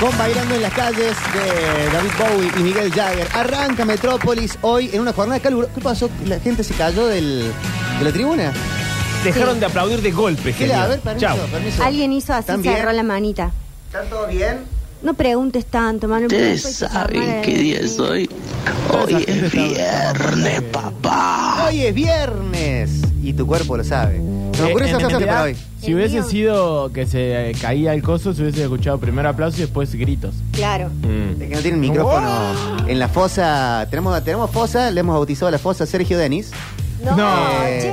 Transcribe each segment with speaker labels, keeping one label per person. Speaker 1: con Bailando en las calles de David Bowie y Miguel Jagger. Arranca Metrópolis hoy en una jornada calurosa. ¿Qué pasó? ¿La gente se cayó del, de la tribuna?
Speaker 2: Dejaron de aplaudir de golpe,
Speaker 1: ¿Qué le-
Speaker 2: genial.
Speaker 1: A ver, permiso,
Speaker 2: Chau.
Speaker 1: permiso.
Speaker 3: Alguien hizo así,
Speaker 1: ¿Están bien?
Speaker 3: cerró la manita.
Speaker 1: ¿Está todo bien?
Speaker 3: No preguntes tanto, Manuel.
Speaker 4: Ustedes
Speaker 3: después se
Speaker 4: saben
Speaker 3: llama
Speaker 4: qué
Speaker 3: el-
Speaker 4: día es hoy. Hoy es viernes, papá.
Speaker 1: Hoy es viernes y tu cuerpo lo sabe. Se me ocurrió
Speaker 5: Eh,
Speaker 1: esa
Speaker 5: en
Speaker 1: frase
Speaker 5: realidad,
Speaker 1: para hoy.
Speaker 3: El
Speaker 5: Si hubiese
Speaker 3: mío.
Speaker 5: sido que se eh, caía el coso, se hubiese escuchado primero aplauso y después gritos.
Speaker 3: Claro.
Speaker 2: Mm.
Speaker 1: Es que no tienen micrófono en la fosa. Tenemos, tenemos fosa, le hemos bautizado a la fosa Sergio Denis.
Speaker 3: No,
Speaker 5: No.
Speaker 3: che.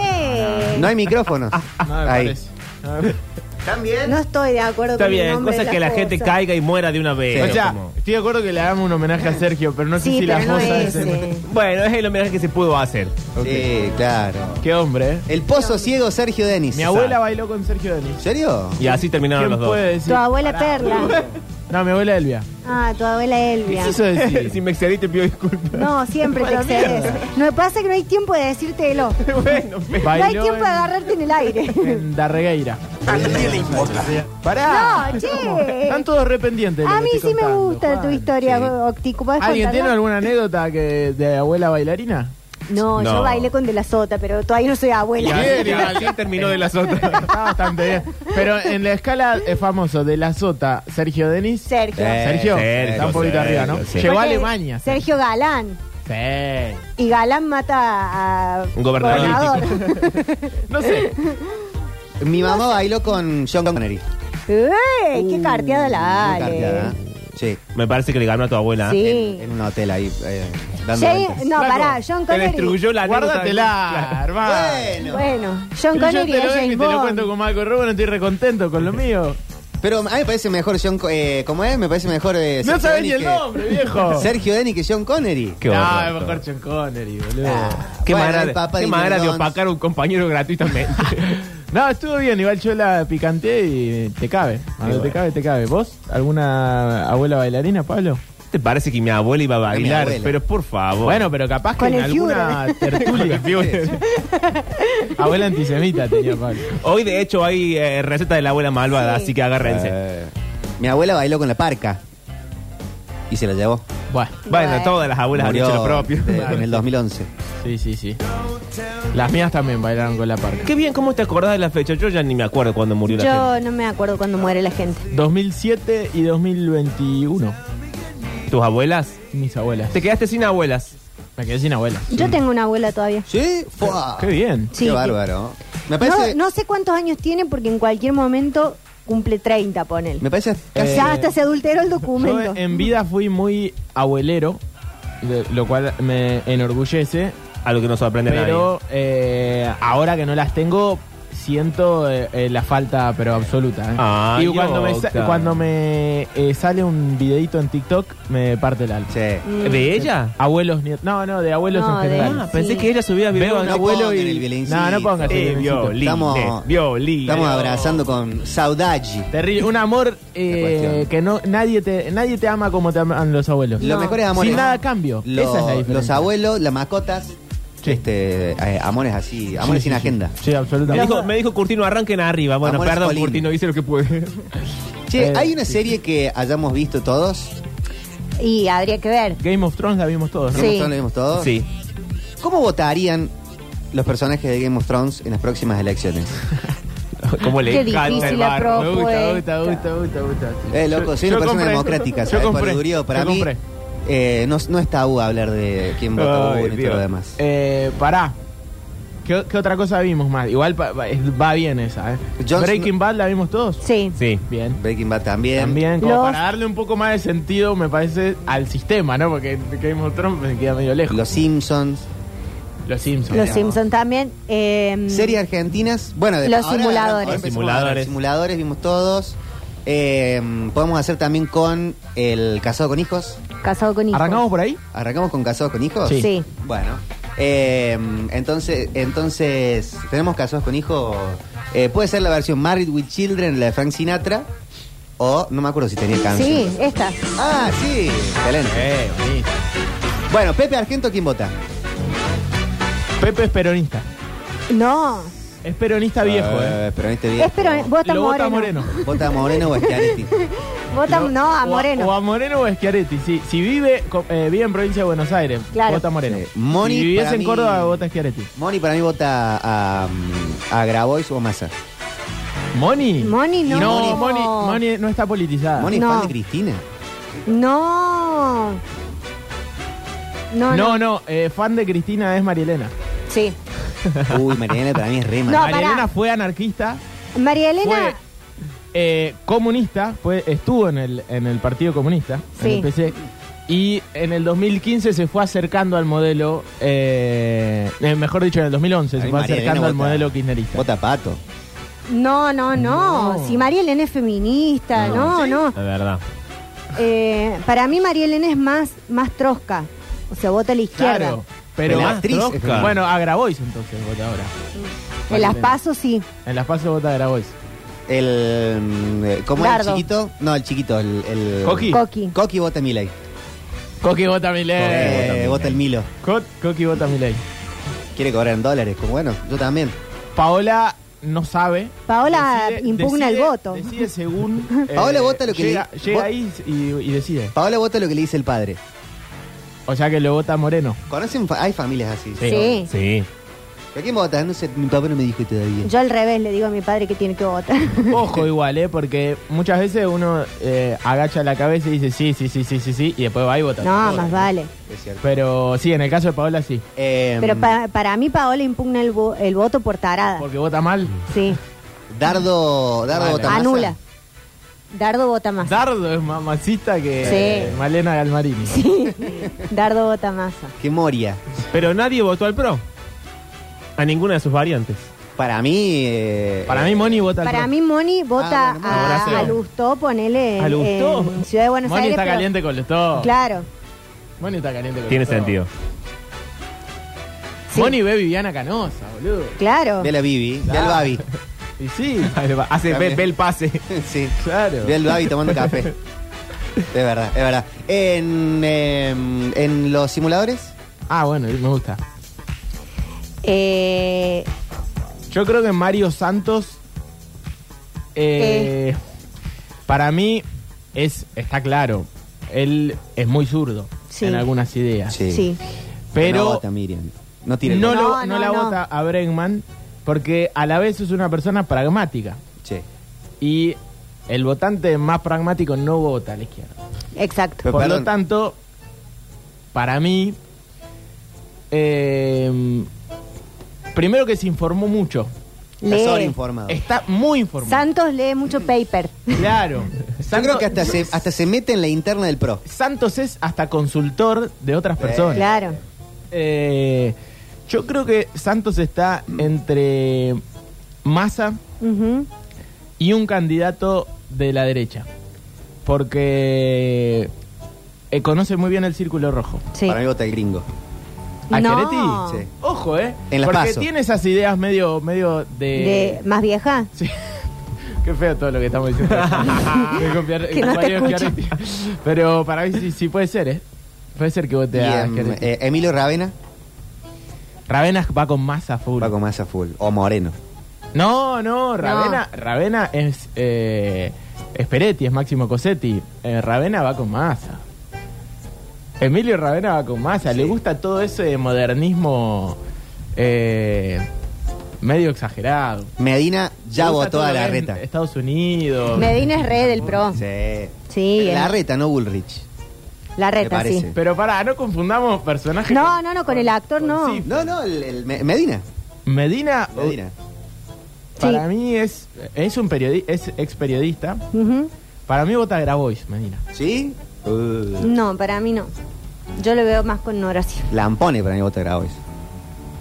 Speaker 1: No hay micrófonos.
Speaker 5: No Ah, me
Speaker 1: Ahí.
Speaker 5: parece. No me-
Speaker 1: También.
Speaker 3: No estoy de acuerdo
Speaker 2: Está
Speaker 3: con el
Speaker 2: bien,
Speaker 3: nombre
Speaker 2: cosa
Speaker 3: de
Speaker 2: que la gente
Speaker 3: cosa.
Speaker 2: caiga y muera de una
Speaker 1: Sí.
Speaker 2: vez.
Speaker 1: Pero
Speaker 5: o sea,
Speaker 2: como-
Speaker 5: estoy de acuerdo que le hagamos un homenaje a Sergio, pero no sé
Speaker 3: Sí,
Speaker 5: si la
Speaker 3: pero no eh.
Speaker 5: fosa es
Speaker 3: ese.
Speaker 2: Bueno, es el homenaje que se pudo hacer.
Speaker 5: Ok.
Speaker 1: Sí, claro.
Speaker 5: Qué hombre, ¿eh?
Speaker 1: El pozo ciego Sergio Denis.
Speaker 5: Mi abuela bailó con Sergio Denis.
Speaker 1: ¿En serio?
Speaker 2: Y así terminaron
Speaker 5: ¿Quién
Speaker 2: los dos.
Speaker 5: puede decir?
Speaker 3: Tu abuela Perla.
Speaker 5: No, mi abuela Elvia.
Speaker 3: Ah, tu abuela
Speaker 5: ¿Qué
Speaker 3: Elvia.
Speaker 5: quiso decir?
Speaker 2: si me excedí, te pido disculpas.
Speaker 3: No, siempre te excedes. No me pasa que no hay tiempo de decírtelo.
Speaker 2: bueno,
Speaker 3: No hay
Speaker 5: Bailó
Speaker 3: tiempo de
Speaker 5: en,
Speaker 3: agarrarte en el aire.
Speaker 5: en Darregueira. ¡Pará!
Speaker 3: No, che.
Speaker 5: Están todos rependientes.
Speaker 3: A mí sí me gusta tu historia, Octico. ¿Podés
Speaker 5: ¿Alguien tiene
Speaker 3: contarla?
Speaker 5: alguna anécdota que de abuela bailarina?
Speaker 3: No,
Speaker 2: No.
Speaker 3: yo bailé con De La Sota, pero todavía no soy abuela.
Speaker 5: Bien.
Speaker 2: Y así terminó de las otras.
Speaker 5: Está bastante bien. Pero en la escala eh, famoso de la sota, Sergio Denis.
Speaker 3: Sergio.
Speaker 1: Eh,
Speaker 5: Sergio,
Speaker 2: Sergio,
Speaker 5: está un poquito
Speaker 2: Sergio,
Speaker 5: arriba, ¿no?
Speaker 2: sí.
Speaker 5: Llegó a
Speaker 3: Porque
Speaker 5: Alemania.
Speaker 3: Sergio Galán.
Speaker 5: Sí.
Speaker 3: Y Galán mata a.
Speaker 2: Un gobernador.
Speaker 5: No sé.
Speaker 1: Mi mamá bailó con John Connery.
Speaker 3: ¡Ey! ¡Qué carteada la
Speaker 1: Muy Uh, carteada,
Speaker 3: Ale!
Speaker 1: ¿eh? Sí.
Speaker 2: Me parece que le ganó a tu abuela.
Speaker 3: Sí.
Speaker 1: En un hotel ahí, eh, dando
Speaker 3: Jay-
Speaker 1: vueltas.
Speaker 3: no,
Speaker 5: Flaco,
Speaker 3: pará, John
Speaker 2: Te
Speaker 3: Connery.
Speaker 2: destruyó la anécdota.
Speaker 5: Guárdatela, hermano.
Speaker 1: Bueno.
Speaker 3: Bueno, John
Speaker 5: Y yo
Speaker 3: Connery
Speaker 5: te
Speaker 3: es
Speaker 5: lo vengo y
Speaker 3: James
Speaker 5: te lo cuento
Speaker 3: Bond.
Speaker 5: con Marco Rubén, estoy recontento con lo mío.
Speaker 1: Pero a mí me parece mejor John... Co- Eh, ¿Cómo es? Me parece mejor eh,
Speaker 5: No sabes ni
Speaker 1: Denny
Speaker 5: el nombre, viejo.
Speaker 1: que, Sergio Denny que John Connery.
Speaker 2: Qué Ah.
Speaker 5: no,
Speaker 2: horror.
Speaker 5: es mejor John Connery, boludo.
Speaker 2: Qué
Speaker 1: Bueno,
Speaker 2: manera,
Speaker 1: el
Speaker 2: de-
Speaker 1: Papa
Speaker 2: qué
Speaker 1: dice
Speaker 2: manera de
Speaker 1: Jones.
Speaker 2: opacar a un compañero gratuitamente.
Speaker 5: No, estuvo bien, igual yo la picanteé y te cabe. A ver,
Speaker 2: bueno.
Speaker 5: te cabe, te cabe. ¿Vos? ¿Alguna abuela bailarina, Pablo?
Speaker 2: ¿Te parece que mi abuela iba a
Speaker 1: mi
Speaker 2: bailar?
Speaker 1: abuela.
Speaker 2: Pero por favor.
Speaker 5: Bueno, pero capaz que
Speaker 3: Con
Speaker 5: en
Speaker 3: el
Speaker 5: alguna tertulia. Abuela antisemita tenía Pablo.
Speaker 2: Hoy de hecho hay eh, receta de la abuela malvada,
Speaker 3: Sí.
Speaker 2: así que agárrense.
Speaker 1: Eh, mi abuela bailó con la parca. Y se la llevó.
Speaker 5: Bueno,
Speaker 2: bueno,
Speaker 3: Bueno.
Speaker 2: todas las abuelas han
Speaker 1: Murió
Speaker 2: hecho lo propio.
Speaker 1: de- en el 2011.
Speaker 5: sí, sí, sí. Las mías también bailaron con la parca.
Speaker 2: Qué bien, ¿cómo te acordás de la fecha? Yo ya ni me acuerdo cuando murió la gente.
Speaker 3: Yo no me acuerdo cuando muere la gente.
Speaker 5: 2007 y 2021,
Speaker 2: ¿Tus abuelas?
Speaker 5: mis abuelas.
Speaker 2: Te quedaste sin abuelas.
Speaker 5: Me quedé sin abuelas.
Speaker 1: Mm.
Speaker 3: Yo tengo una abuela todavía.
Speaker 1: ¿Sí? ¡Fua!
Speaker 5: Qué bien.
Speaker 3: Sí.
Speaker 1: Qué bárbaro. Me
Speaker 3: No,
Speaker 1: parece,
Speaker 3: no sé cuántos años tiene porque en cualquier momento cumple 30, ponele.
Speaker 1: Me parece eh, casi-
Speaker 3: Ya hasta se adulteró el
Speaker 5: Yo
Speaker 3: documento.
Speaker 5: en vida fui muy abuelero, de- lo cual me enorgullece,
Speaker 2: Algo que no sorprende a nadie.
Speaker 5: pero eh, ahora que no las tengo siento eh, eh, la falta pero absoluta. ¿eh?
Speaker 2: Ay,
Speaker 5: y cuando me, sa-
Speaker 2: Octa.
Speaker 5: cuando me eh, sale un videito en TikTok me parte el alma.
Speaker 1: mm, Sí.
Speaker 2: ¿De ella?
Speaker 5: Abuelos, nietos. No, no, de abuelos
Speaker 3: No,
Speaker 5: en
Speaker 3: de-
Speaker 5: general.
Speaker 2: Ah, pensé que ella subía videos.
Speaker 5: Veo un
Speaker 1: No
Speaker 5: abuelo
Speaker 1: pongan
Speaker 5: y...
Speaker 1: el violincito.
Speaker 5: no, no pongas el
Speaker 2: Eh,
Speaker 5: violincito.
Speaker 2: violín. eh,
Speaker 1: Estamos,
Speaker 2: violín.
Speaker 1: estamos abrazando con saudade.
Speaker 5: Terrible. Un amor eh,
Speaker 1: La cuestión.
Speaker 5: que no nadie te nadie te ama como te aman los abuelos.
Speaker 1: Los mejores amores.
Speaker 5: Sin nada a cambio.
Speaker 1: Lo-
Speaker 5: Esa es la diferencia.
Speaker 1: Los abuelos, las mascotas. Este, eh, amores así, amores
Speaker 5: Sí,
Speaker 1: sin
Speaker 5: sí,
Speaker 1: agenda.
Speaker 5: Sí, Sí,
Speaker 2: Me
Speaker 5: absolutamente.
Speaker 2: dijo, me dijo Curtino, arranquen arriba. Bueno,
Speaker 1: Amores
Speaker 2: perdón,
Speaker 1: Colín.
Speaker 2: Curtino, hice lo que
Speaker 5: Pues.
Speaker 2: pude.
Speaker 1: Che,
Speaker 5: Eh,
Speaker 1: hay una
Speaker 5: sí,
Speaker 1: serie que hayamos visto todos.
Speaker 3: Y habría que ver.
Speaker 5: Game of Thrones la vimos todos, ¿no?
Speaker 1: Game of
Speaker 3: Sí.
Speaker 1: Thrones la vimos todos.
Speaker 2: Sí.
Speaker 1: ¿Cómo votarían los personajes de Game of Thrones en las próximas elecciones?
Speaker 2: Como le
Speaker 3: Qué
Speaker 2: encanta
Speaker 3: difícil
Speaker 2: el
Speaker 3: la
Speaker 2: barro.
Speaker 3: pro-
Speaker 5: Me gusta, gusta, gusta, gusta, gusta.
Speaker 1: Eh, loco, soy una
Speaker 5: Yo- yo
Speaker 1: persona
Speaker 5: compré.
Speaker 1: democrática.
Speaker 5: Yo
Speaker 1: ¿sabes?
Speaker 5: compré.
Speaker 1: Poludurío, para
Speaker 5: Yo
Speaker 1: mí,
Speaker 5: compré.
Speaker 1: eh, no, no es tabú hablar de quién votó
Speaker 2: Ay,
Speaker 1: uno y todo
Speaker 2: Dios.
Speaker 1: lo demás.
Speaker 5: Eh, pará. ¿Qué, qué otra cosa vimos más? Igual pa- va va bien esa, ¿eh?
Speaker 1: Johnson-
Speaker 5: Breaking Bad la vimos todos.
Speaker 3: Sí.
Speaker 2: Sí.
Speaker 5: Bien.
Speaker 1: Breaking Bad también.
Speaker 5: También, como
Speaker 3: Los-
Speaker 5: para darle un poco más de sentido, me parece, al sistema, ¿no? Porque Game of Thrones me queda medio lejos.
Speaker 1: Los Simpsons.
Speaker 5: Los Simpsons.
Speaker 3: Los Simpsons también. eh,
Speaker 1: Series argentinas. Bueno, de
Speaker 3: Los
Speaker 1: ahora-
Speaker 3: simuladores.
Speaker 1: ahora empezamos a hablar de
Speaker 2: Simuladores.
Speaker 1: Simuladores, vimos todos. Eh, podemos hacer también con el casado con hijos.
Speaker 3: Casado con hijos.
Speaker 5: ¿Arrancamos por ahí?
Speaker 1: ¿Arrancamos con casados con hijos?
Speaker 3: Sí. Sí.
Speaker 1: Bueno. eh, entonces, entonces, tenemos casados con hijos. Eh, puede ser la versión Married with Children, la de Frank Sinatra. O no me acuerdo si tenía cáncer.
Speaker 3: Sí, esta.
Speaker 1: Ah, sí. Excelente.
Speaker 5: Eh, buenísimo.
Speaker 1: Bueno, Pepe Argento, ¿quién vota?
Speaker 5: Pepe es peronista.
Speaker 3: No.
Speaker 5: Es peronista viejo, ¿eh?
Speaker 1: Eh, peronista viejo.
Speaker 3: Es pero vos estás
Speaker 5: Lo vota
Speaker 3: moreno.
Speaker 5: Moreno.
Speaker 1: Vota a Moreno o a Schiaretti.
Speaker 3: Vota-
Speaker 5: Lo-
Speaker 3: no, a
Speaker 5: o O a
Speaker 3: Moreno.
Speaker 5: Moreno o a Schiaretti. Si, si vive, co- eh, vive en provincia de Buenos Aires,
Speaker 3: Claro.
Speaker 5: vota Moreno.
Speaker 1: Eh, Moni,
Speaker 5: si viviese
Speaker 1: para
Speaker 5: en
Speaker 1: mí-
Speaker 5: Córdoba, vota Schiaretti.
Speaker 1: Moni para mí vota a, mm, a Grabois o Massa.
Speaker 5: ¿Moni?
Speaker 3: Moni, no.
Speaker 5: No, Moni, Moni no está politizada.
Speaker 1: Moni es
Speaker 3: No.
Speaker 1: fan de Cristina.
Speaker 3: No. No, no.
Speaker 5: No, no, eh, fan de Cristina es Marielena.
Speaker 3: Sí.
Speaker 1: Uy, Mariana para mí es re
Speaker 3: No,
Speaker 1: mala.
Speaker 5: Marielena
Speaker 3: Ah, pará.
Speaker 5: fue anarquista,
Speaker 3: María
Speaker 5: fue
Speaker 3: Elena.
Speaker 5: eh, comunista, fue, estuvo en el, en el Partido Comunista, en
Speaker 3: Sí.
Speaker 5: el PC, y en el 2015 se fue acercando al modelo, eh, eh, mejor dicho, en el 2011
Speaker 1: Para
Speaker 5: se
Speaker 1: mí
Speaker 5: fue
Speaker 1: María Elena
Speaker 5: acercando al
Speaker 1: vota-
Speaker 5: modelo kirchnerista.
Speaker 1: Vota a Pato.
Speaker 3: No, no, no,
Speaker 5: No.
Speaker 3: Si María Elena es feminista, no, no.
Speaker 2: La verdad.
Speaker 3: Eh, para mí María Elena es más, más trosca. O sea, vota a la izquierda.
Speaker 5: Claro, pero
Speaker 1: Pero
Speaker 5: más
Speaker 1: actriz
Speaker 5: trosca.
Speaker 1: es femenina.
Speaker 5: Bueno, a Grabois entonces vota ahora.
Speaker 3: En
Speaker 5: María
Speaker 3: las
Speaker 5: Elena.
Speaker 3: pasos sí.
Speaker 5: En las pasos vota Grabois.
Speaker 1: El. mm, eh, ¿Cómo era el
Speaker 3: Lardo.
Speaker 1: chiquito? No, el chiquito. El, el-
Speaker 5: Coqui.
Speaker 3: Coqui.
Speaker 1: Coqui vota a Milei.
Speaker 5: Coqui vota Milei.
Speaker 1: Eh, vota el Milo.
Speaker 5: Co- Coqui vota Milei.
Speaker 1: Quiere cobrar en dólares. Como bueno, yo también.
Speaker 5: Paola no sabe.
Speaker 3: Paola impugna el voto.
Speaker 5: Decide según. eh,
Speaker 1: Paola vota lo que
Speaker 5: Llega,
Speaker 1: le-
Speaker 5: llega
Speaker 1: vo-
Speaker 5: ahí y, y decide.
Speaker 1: Paola vota lo que le dice el padre.
Speaker 5: O sea que lo vota Moreno.
Speaker 1: ¿Conocen? fa- Hay familias así.
Speaker 3: Sí.
Speaker 2: Sí.
Speaker 1: ¿A quién votas? No sé, mi papá no me dijo todavía.
Speaker 3: Yo al revés le digo a mi padre que tiene que votar.
Speaker 5: Ojo igual, ¿eh? Porque muchas veces uno eh, agacha la cabeza y dice sí, sí, sí, sí, sí, sí, y después va y vota.
Speaker 3: No, más vale.
Speaker 1: Es cierto.
Speaker 5: Pero sí, en el caso de Paola sí.
Speaker 1: Eh,
Speaker 3: Pero
Speaker 5: Em.
Speaker 3: pa- para mí Paola impugna el, vo- el voto por tarada.
Speaker 5: Porque vota mal.
Speaker 3: Sí.
Speaker 1: Dardo, Dardo
Speaker 5: Vale.
Speaker 1: vota Massa.
Speaker 3: Anula. Dardo vota más.
Speaker 5: Dardo es más masista que
Speaker 3: Sí.
Speaker 5: eh, Malena Galmarini.
Speaker 3: Dardo vota más.
Speaker 1: Que Moria.
Speaker 2: Pero nadie votó al PRO. A ninguna de sus variantes.
Speaker 1: Para mí. eh,
Speaker 5: Para mí Moni vota al
Speaker 3: Para
Speaker 5: pro.
Speaker 3: mí Moni vota
Speaker 1: Ah, bueno,
Speaker 3: a,
Speaker 5: Moni.
Speaker 3: a Lustó, ponele en,
Speaker 5: ¿A Lustó?
Speaker 3: en Ciudad de Buenos
Speaker 5: Moni
Speaker 3: Aires.
Speaker 5: está
Speaker 3: pero-
Speaker 5: caliente con los todos.
Speaker 3: Claro.
Speaker 5: Moni está caliente con
Speaker 2: Tiene
Speaker 5: los todos.
Speaker 2: sentido.
Speaker 3: Sí.
Speaker 5: Moni ve Viviana Canosa, boludo.
Speaker 3: Claro.
Speaker 1: Ve la Bibi. Ve al Babi.
Speaker 5: Y sí.
Speaker 2: Hace,
Speaker 1: ve- ve
Speaker 2: el pase.
Speaker 5: Ah.
Speaker 1: sí.
Speaker 5: Claro.
Speaker 1: Ve al Babi tomando café. Es verdad, es verdad. En, eh, en los simuladores.
Speaker 5: Ah, bueno, me gusta.
Speaker 3: Eh,
Speaker 5: Yo creo que Mario Santos. eh, Para mí, es está claro. Él es muy zurdo
Speaker 3: Sí.
Speaker 5: en algunas ideas.
Speaker 1: Sí.
Speaker 3: sí.
Speaker 1: No
Speaker 5: Pero
Speaker 1: vota Miriam. No tira el
Speaker 5: no, lo-
Speaker 3: No,
Speaker 5: no
Speaker 3: no,
Speaker 5: la
Speaker 3: no.
Speaker 5: vota a Bregman porque a la vez es una persona pragmática.
Speaker 1: Che.
Speaker 5: Y el votante más pragmático no vota a la izquierda.
Speaker 3: Exacto.
Speaker 1: Pero
Speaker 5: Por
Speaker 1: perdón.
Speaker 5: lo tanto, para mí, eh, primero que se informó mucho.
Speaker 1: Está
Speaker 3: Lee.
Speaker 1: sobreinformado.
Speaker 5: Está muy informado.
Speaker 3: Santos lee
Speaker 1: Mm.
Speaker 3: mucho paper.
Speaker 5: Claro.
Speaker 1: Yo
Speaker 5: Santos-
Speaker 1: creo que hasta se, hasta se mete en la interna del pro.
Speaker 5: Santos es hasta consultor de otras personas.
Speaker 3: Claro.
Speaker 5: Eh, yo creo que Santos está entre Massa
Speaker 3: Ujú.
Speaker 5: y un candidato de la derecha. Porque eh, conoce muy bien el círculo rojo.
Speaker 3: Sí.
Speaker 1: Para mí vota el gringo.
Speaker 5: ¿A
Speaker 3: no.
Speaker 1: Chiaretti? Sí.
Speaker 5: Ojo, ¿eh?
Speaker 1: En las
Speaker 5: Porque
Speaker 1: PASO.
Speaker 5: tiene esas ideas medio, medio de...
Speaker 3: De- ¿Más vieja?
Speaker 5: Sí. Qué feo todo lo que estamos diciendo. Me copiar-
Speaker 3: Que no te
Speaker 5: compañero
Speaker 3: escucho.
Speaker 5: Schiaretti. Pero para mí sí, sí puede ser, ¿eh? Puede ser que vote
Speaker 1: Y,
Speaker 5: a
Speaker 1: em,
Speaker 5: Schiaretti.
Speaker 1: eh, Emilio Ravena
Speaker 5: Ravena va con masa full.
Speaker 1: va con Massa full. O Moreno.
Speaker 5: No, no, Ravena, Ravena es... Eh, es Peretti, es Máximo Cosetti. Eh, Ravena va con masa. Emilio Ravena va con masa. Le
Speaker 1: Sí.
Speaker 5: gusta todo ese modernismo eh, medio exagerado.
Speaker 1: Medina ya
Speaker 5: Le gusta
Speaker 1: votó
Speaker 5: todo
Speaker 1: a la
Speaker 5: en
Speaker 1: reta.
Speaker 5: Estados Unidos.
Speaker 3: Medina es re del pro.
Speaker 1: Sí.
Speaker 3: Sí,
Speaker 1: La
Speaker 3: eh.
Speaker 1: reta, no Bullrich.
Speaker 3: La reta,
Speaker 1: parece.
Speaker 3: sí.
Speaker 5: Pero pará, no confundamos personajes.
Speaker 3: No, no, no, con el actor no.
Speaker 5: sí.
Speaker 1: No, no, el, el Me- Medina.
Speaker 5: Medina,
Speaker 1: Medina.
Speaker 5: para
Speaker 3: Sí.
Speaker 5: mí es, es un periodi es ex periodista.
Speaker 3: Ujú.
Speaker 5: Para mí vota Grabois, Medina.
Speaker 1: ¿Sí? Uh,
Speaker 3: No, para mí no. Yo lo veo más con Horacio.
Speaker 1: Lampone para mí vota Grabois.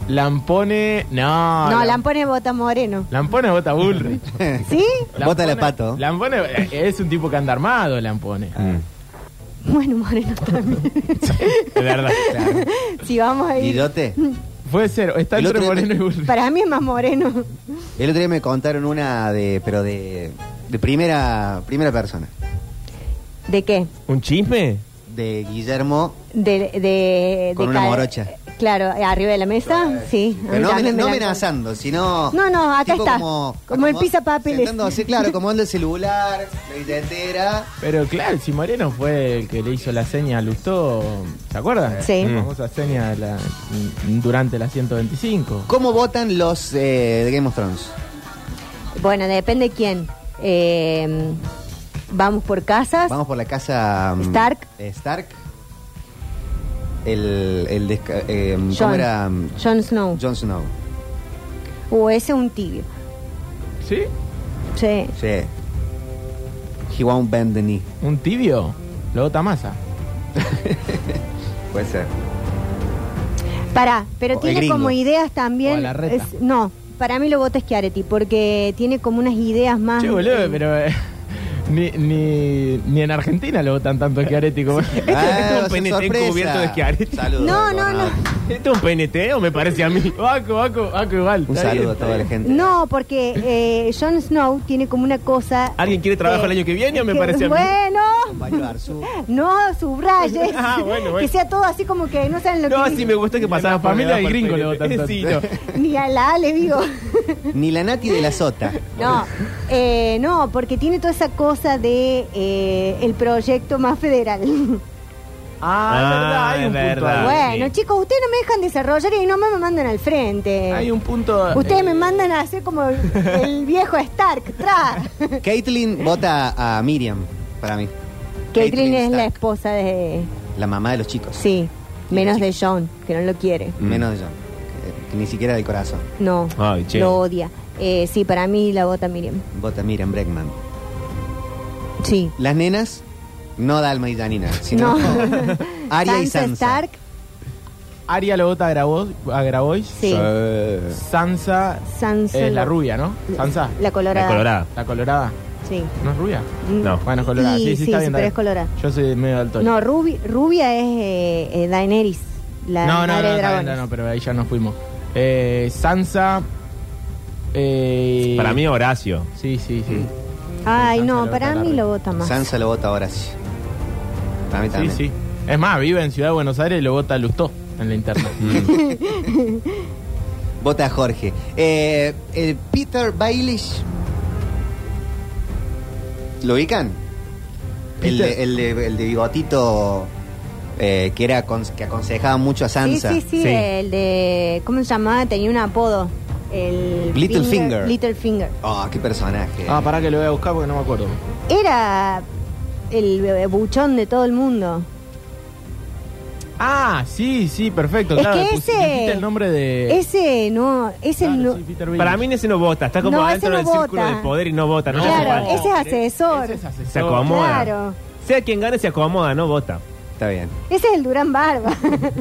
Speaker 5: Lampone, no.
Speaker 3: no,
Speaker 5: Lam-
Speaker 3: Lampone vota Moreno.
Speaker 5: Lampone vota Bullrich.
Speaker 3: ¿Sí?
Speaker 1: Vota
Speaker 5: Lampone-
Speaker 1: la pato. Ah. Mm.
Speaker 5: Lampone eh, es un tipo que anda armado, Lampone.
Speaker 3: Bueno, Moreno también.
Speaker 2: De verdad.
Speaker 1: Claro.
Speaker 3: Si vamos a ir.
Speaker 1: Guillote.
Speaker 5: Puede ser, o está
Speaker 1: El
Speaker 5: entre
Speaker 1: otro día-
Speaker 5: Moreno y Bullrich.
Speaker 3: Para mí es más Moreno.
Speaker 1: El otro día me contaron una de, pero de, de primera, primera persona.
Speaker 3: ¿De qué?
Speaker 2: ¿Un chisme?
Speaker 1: de Guillermo.
Speaker 3: De, de-
Speaker 1: Con
Speaker 3: de
Speaker 1: una
Speaker 3: caer-
Speaker 1: morocha.
Speaker 3: Claro, arriba de la mesa, Ah, sí. a
Speaker 1: Pero
Speaker 3: mí
Speaker 1: no,
Speaker 3: también
Speaker 1: amen-
Speaker 3: me
Speaker 1: no
Speaker 3: la-
Speaker 1: amenazando, sino.
Speaker 3: No, no, acá
Speaker 1: tipo
Speaker 3: está.
Speaker 1: Como,
Speaker 3: Como el pisapapeles.
Speaker 1: sentándose, claro, como el del celular, la billetera.
Speaker 5: Pero claro, si Moreno fue el que le hizo la seña a Lustó, ¿se acuerdan?
Speaker 3: Sí.
Speaker 5: La famosa seña de la- durante la 125.
Speaker 1: ¿Cómo votan los eh, de Game of Thrones?
Speaker 3: Bueno, depende quién. Eh, vamos por casas.
Speaker 1: Vamos por la casa. mm,
Speaker 3: Stark.
Speaker 1: eh, Stark. El. el desca- eh, ¿Cómo
Speaker 3: Jon.
Speaker 1: era? Mm,
Speaker 3: Jon Snow.
Speaker 1: Jon Snow.
Speaker 3: O ese es un tibio.
Speaker 5: ¿Sí?
Speaker 3: Sí.
Speaker 1: Sí. He won't bend the knee.
Speaker 5: ¿Un tibio? Lo vota Massa.
Speaker 1: Puede ser.
Speaker 3: Pará, pero
Speaker 1: O el
Speaker 3: tiene
Speaker 1: gringo.
Speaker 3: como ideas también.
Speaker 5: O a la reta.
Speaker 3: es- no, para mí lo voto es Chiaretti, porque tiene como unas ideas más.
Speaker 5: Che, boludo, pero... eh, Ni, ni, ni en Argentina lo votan tanto que Areti como...
Speaker 2: Este es como
Speaker 1: o sea,
Speaker 2: un PNT
Speaker 1: Ah, sorpresa.
Speaker 2: cubierto de Schiaretti.
Speaker 1: Saludos,
Speaker 3: No, no,
Speaker 1: gobernador.
Speaker 2: ¿Esto ¿Este es un PNT o me parece a mí?
Speaker 5: Baco, Baco, Baco igual.
Speaker 1: Un
Speaker 5: está bien,
Speaker 1: saludo a
Speaker 5: está
Speaker 1: toda la
Speaker 5: bien.
Speaker 1: gente.
Speaker 3: No, porque eh, Jon Snow tiene como una cosa.
Speaker 2: ¿Alguien quiere trabajo
Speaker 3: eh,
Speaker 2: el año que viene o me
Speaker 3: que-
Speaker 2: parece a mí?
Speaker 3: Bueno,
Speaker 1: Compañero Arzú.
Speaker 3: no subrayes.
Speaker 2: Ah, bueno, bueno.
Speaker 3: Que sea todo así como que no saben lo
Speaker 2: No,
Speaker 3: que.
Speaker 2: sí me gustó que pasaba
Speaker 5: La familia del gringo le votan
Speaker 2: tanto.
Speaker 5: tanto.
Speaker 2: Sí, no.
Speaker 3: Ni a la A le digo.
Speaker 1: Ni la Nati de la Sota.
Speaker 3: No, eh, no, porque tiene toda esa cosa de eh, el proyecto más federal.
Speaker 5: Ah,
Speaker 2: Ah,
Speaker 5: es verdad, hay un
Speaker 2: es
Speaker 5: punto
Speaker 2: verdad.
Speaker 5: ahí.
Speaker 3: bueno,
Speaker 2: Ah, sí.
Speaker 3: chicos, ustedes no me dejan desarrollar y no me mandan al frente.
Speaker 5: eh, Hay un punto...
Speaker 3: Ustedes me
Speaker 5: eh,
Speaker 3: mandan a hacer como el, el viejo Stark, tra.
Speaker 1: Caitlyn vota a Miriam, para mí.
Speaker 3: Caitlyn es la
Speaker 1: Stark,
Speaker 3: esposa de...
Speaker 1: la mamá de los chicos.
Speaker 3: Sí, menos de John, que no lo quiere.
Speaker 1: Menos de John. que- que ni siquiera del corazón.
Speaker 3: No,
Speaker 2: Ay, che.
Speaker 3: lo odia. Eh, sí, para mí la vota Miriam.
Speaker 1: Vota Miriam Breckman.
Speaker 3: Sí.
Speaker 1: Las nenas, no Dalma y Janina, sino
Speaker 3: No.
Speaker 1: Aria y Sansa.
Speaker 3: Stark,
Speaker 5: Aria lo vota a Grabois. A Grabois.
Speaker 3: Sí.
Speaker 5: Sansa
Speaker 3: Sansa...
Speaker 2: Eh,
Speaker 5: es la
Speaker 3: lo-
Speaker 5: rubia, ¿no? Sansa.
Speaker 3: La colorada.
Speaker 2: La colorada.
Speaker 5: La colorada.
Speaker 3: Sí.
Speaker 5: ¿No es rubia?
Speaker 2: No.
Speaker 5: Bueno, colorada.
Speaker 3: Y-
Speaker 5: Sí, sí,
Speaker 3: sí,
Speaker 5: está
Speaker 3: sí,
Speaker 5: bien.
Speaker 3: pero
Speaker 5: está
Speaker 3: es colorada.
Speaker 5: bien. Yo soy medio alto.
Speaker 3: No, rubi- rubia es eh, eh, Daenerys, la
Speaker 5: no, no, no,
Speaker 3: madre de
Speaker 5: está
Speaker 3: dragones.
Speaker 5: bien, no, no, pero ahí ya nos fuimos. Eh, Sansa. eh,
Speaker 2: Para mí, Horacio.
Speaker 5: Sí, sí, sí.
Speaker 3: Ay,
Speaker 5: Sansa lo
Speaker 3: no,
Speaker 5: vota
Speaker 3: para
Speaker 5: la
Speaker 3: mí
Speaker 5: re.
Speaker 3: lo vota más.
Speaker 1: Sansa lo vota ahora sí. Para mí
Speaker 5: Sí,
Speaker 1: también.
Speaker 5: sí. Es más, vive en Ciudad de Buenos Aires y lo vota Lustó en la interna.
Speaker 1: Vota a Jorge. Eh, eh, Peter Baelish. ¿Lo ubican? El de, el de- el de bigotito eh, que, era, con- que aconsejaba mucho a
Speaker 3: Sí,
Speaker 1: Sansa.
Speaker 3: sí, sí,
Speaker 2: Sí.
Speaker 3: el de... ¿Cómo se llamaba? Tenía un apodo. El
Speaker 1: Little Finger.
Speaker 3: Little Finger.
Speaker 1: Oh, qué personaje.
Speaker 5: ah, pará que lo voy a buscar porque no me acuerdo.
Speaker 3: Era el eh, buchón de todo el mundo.
Speaker 5: Ah, sí, sí, perfecto.
Speaker 3: Es
Speaker 5: claro,
Speaker 3: que
Speaker 5: pus-
Speaker 3: ese-
Speaker 5: dijiste el nombre de.
Speaker 3: Ese no, ese
Speaker 5: Claro,
Speaker 3: no...
Speaker 5: sí, Peter Baelish.
Speaker 2: Para mí, en ese no vota. Está como
Speaker 3: No,
Speaker 2: adentro
Speaker 3: ese no
Speaker 2: del círculo
Speaker 3: vota.
Speaker 2: del poder y no vota. No
Speaker 3: Claro,
Speaker 2: hace falta.
Speaker 3: ese es asesor.
Speaker 5: Ese es asesor.
Speaker 2: Se acomoda.
Speaker 3: Claro.
Speaker 2: Sea quien gane, se acomoda, no vota.
Speaker 1: Está bien.
Speaker 3: Ese es el Durán Barba.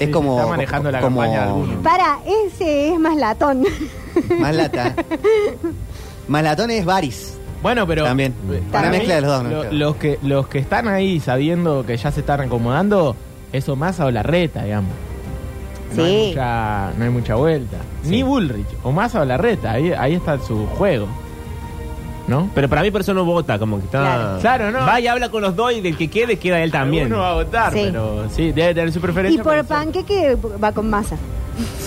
Speaker 1: Es
Speaker 5: Sí,
Speaker 1: como.
Speaker 5: está manejando la
Speaker 1: como-
Speaker 5: campaña de alguno.
Speaker 3: Para, ese es más latón.
Speaker 1: Más lata. Más latón es Varys.
Speaker 5: Bueno, pero.
Speaker 1: También.
Speaker 5: eh,
Speaker 1: Una
Speaker 5: para mí,
Speaker 1: mezcla de los dos, ¿no?
Speaker 5: lo-
Speaker 1: Claro.
Speaker 5: los, que, los que están ahí sabiendo que ya se están acomodando, eso más o la reta, digamos. No, hay
Speaker 3: Sí.
Speaker 5: mucha, no hay mucha vuelta. Ni Bullrich, o más o la reta, ahí, ahí está su juego. ¿No?
Speaker 2: Pero para mí, por eso no vota. Como que está.
Speaker 3: Claro.
Speaker 5: Claro, no.
Speaker 2: Va y habla con los dos y del que quede, queda él también.
Speaker 5: Uno va a votar,
Speaker 3: Sí.
Speaker 5: pero sí, debe tener su
Speaker 3: Y
Speaker 5: preferencia.
Speaker 3: por
Speaker 5: pero sí.
Speaker 3: panqueque va con masa.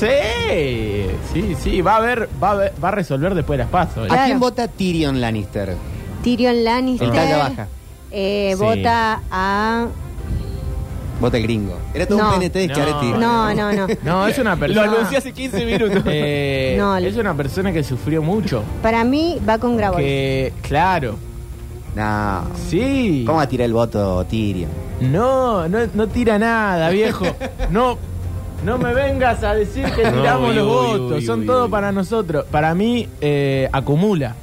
Speaker 5: Sí, sí, sí, va a ver, va a, ver- va a resolver después de las pasos.
Speaker 1: ¿A
Speaker 2: Ah.
Speaker 3: Claro.
Speaker 1: quién vota Tyrion Lannister?
Speaker 3: Tyrion Lannister.
Speaker 1: En talla baja.
Speaker 3: eh,
Speaker 2: Sí.
Speaker 3: Vota a...
Speaker 1: Vota el gringo. Era todo
Speaker 3: No.
Speaker 1: un PNT de
Speaker 5: No.
Speaker 1: Schiaretti.
Speaker 3: No, no, no.
Speaker 5: No, es una persona.
Speaker 2: Lo anuncié hace 15 minutos.
Speaker 5: Eh,
Speaker 3: No,
Speaker 5: es una persona que sufrió mucho.
Speaker 3: Para mí va con Grabois.
Speaker 5: Que, claro,
Speaker 1: No.
Speaker 5: sí.
Speaker 1: ¿Cómo va a tirar el voto Tyrion?
Speaker 5: No, no, no tira nada, viejo. No, no me vengas a decir que
Speaker 2: No,
Speaker 5: tiramos
Speaker 2: uy,
Speaker 5: los
Speaker 2: uy,
Speaker 5: votos.
Speaker 2: uy,
Speaker 5: Son
Speaker 2: uy,
Speaker 5: todo
Speaker 2: uy.
Speaker 5: para nosotros. Para mí, eh, acumula.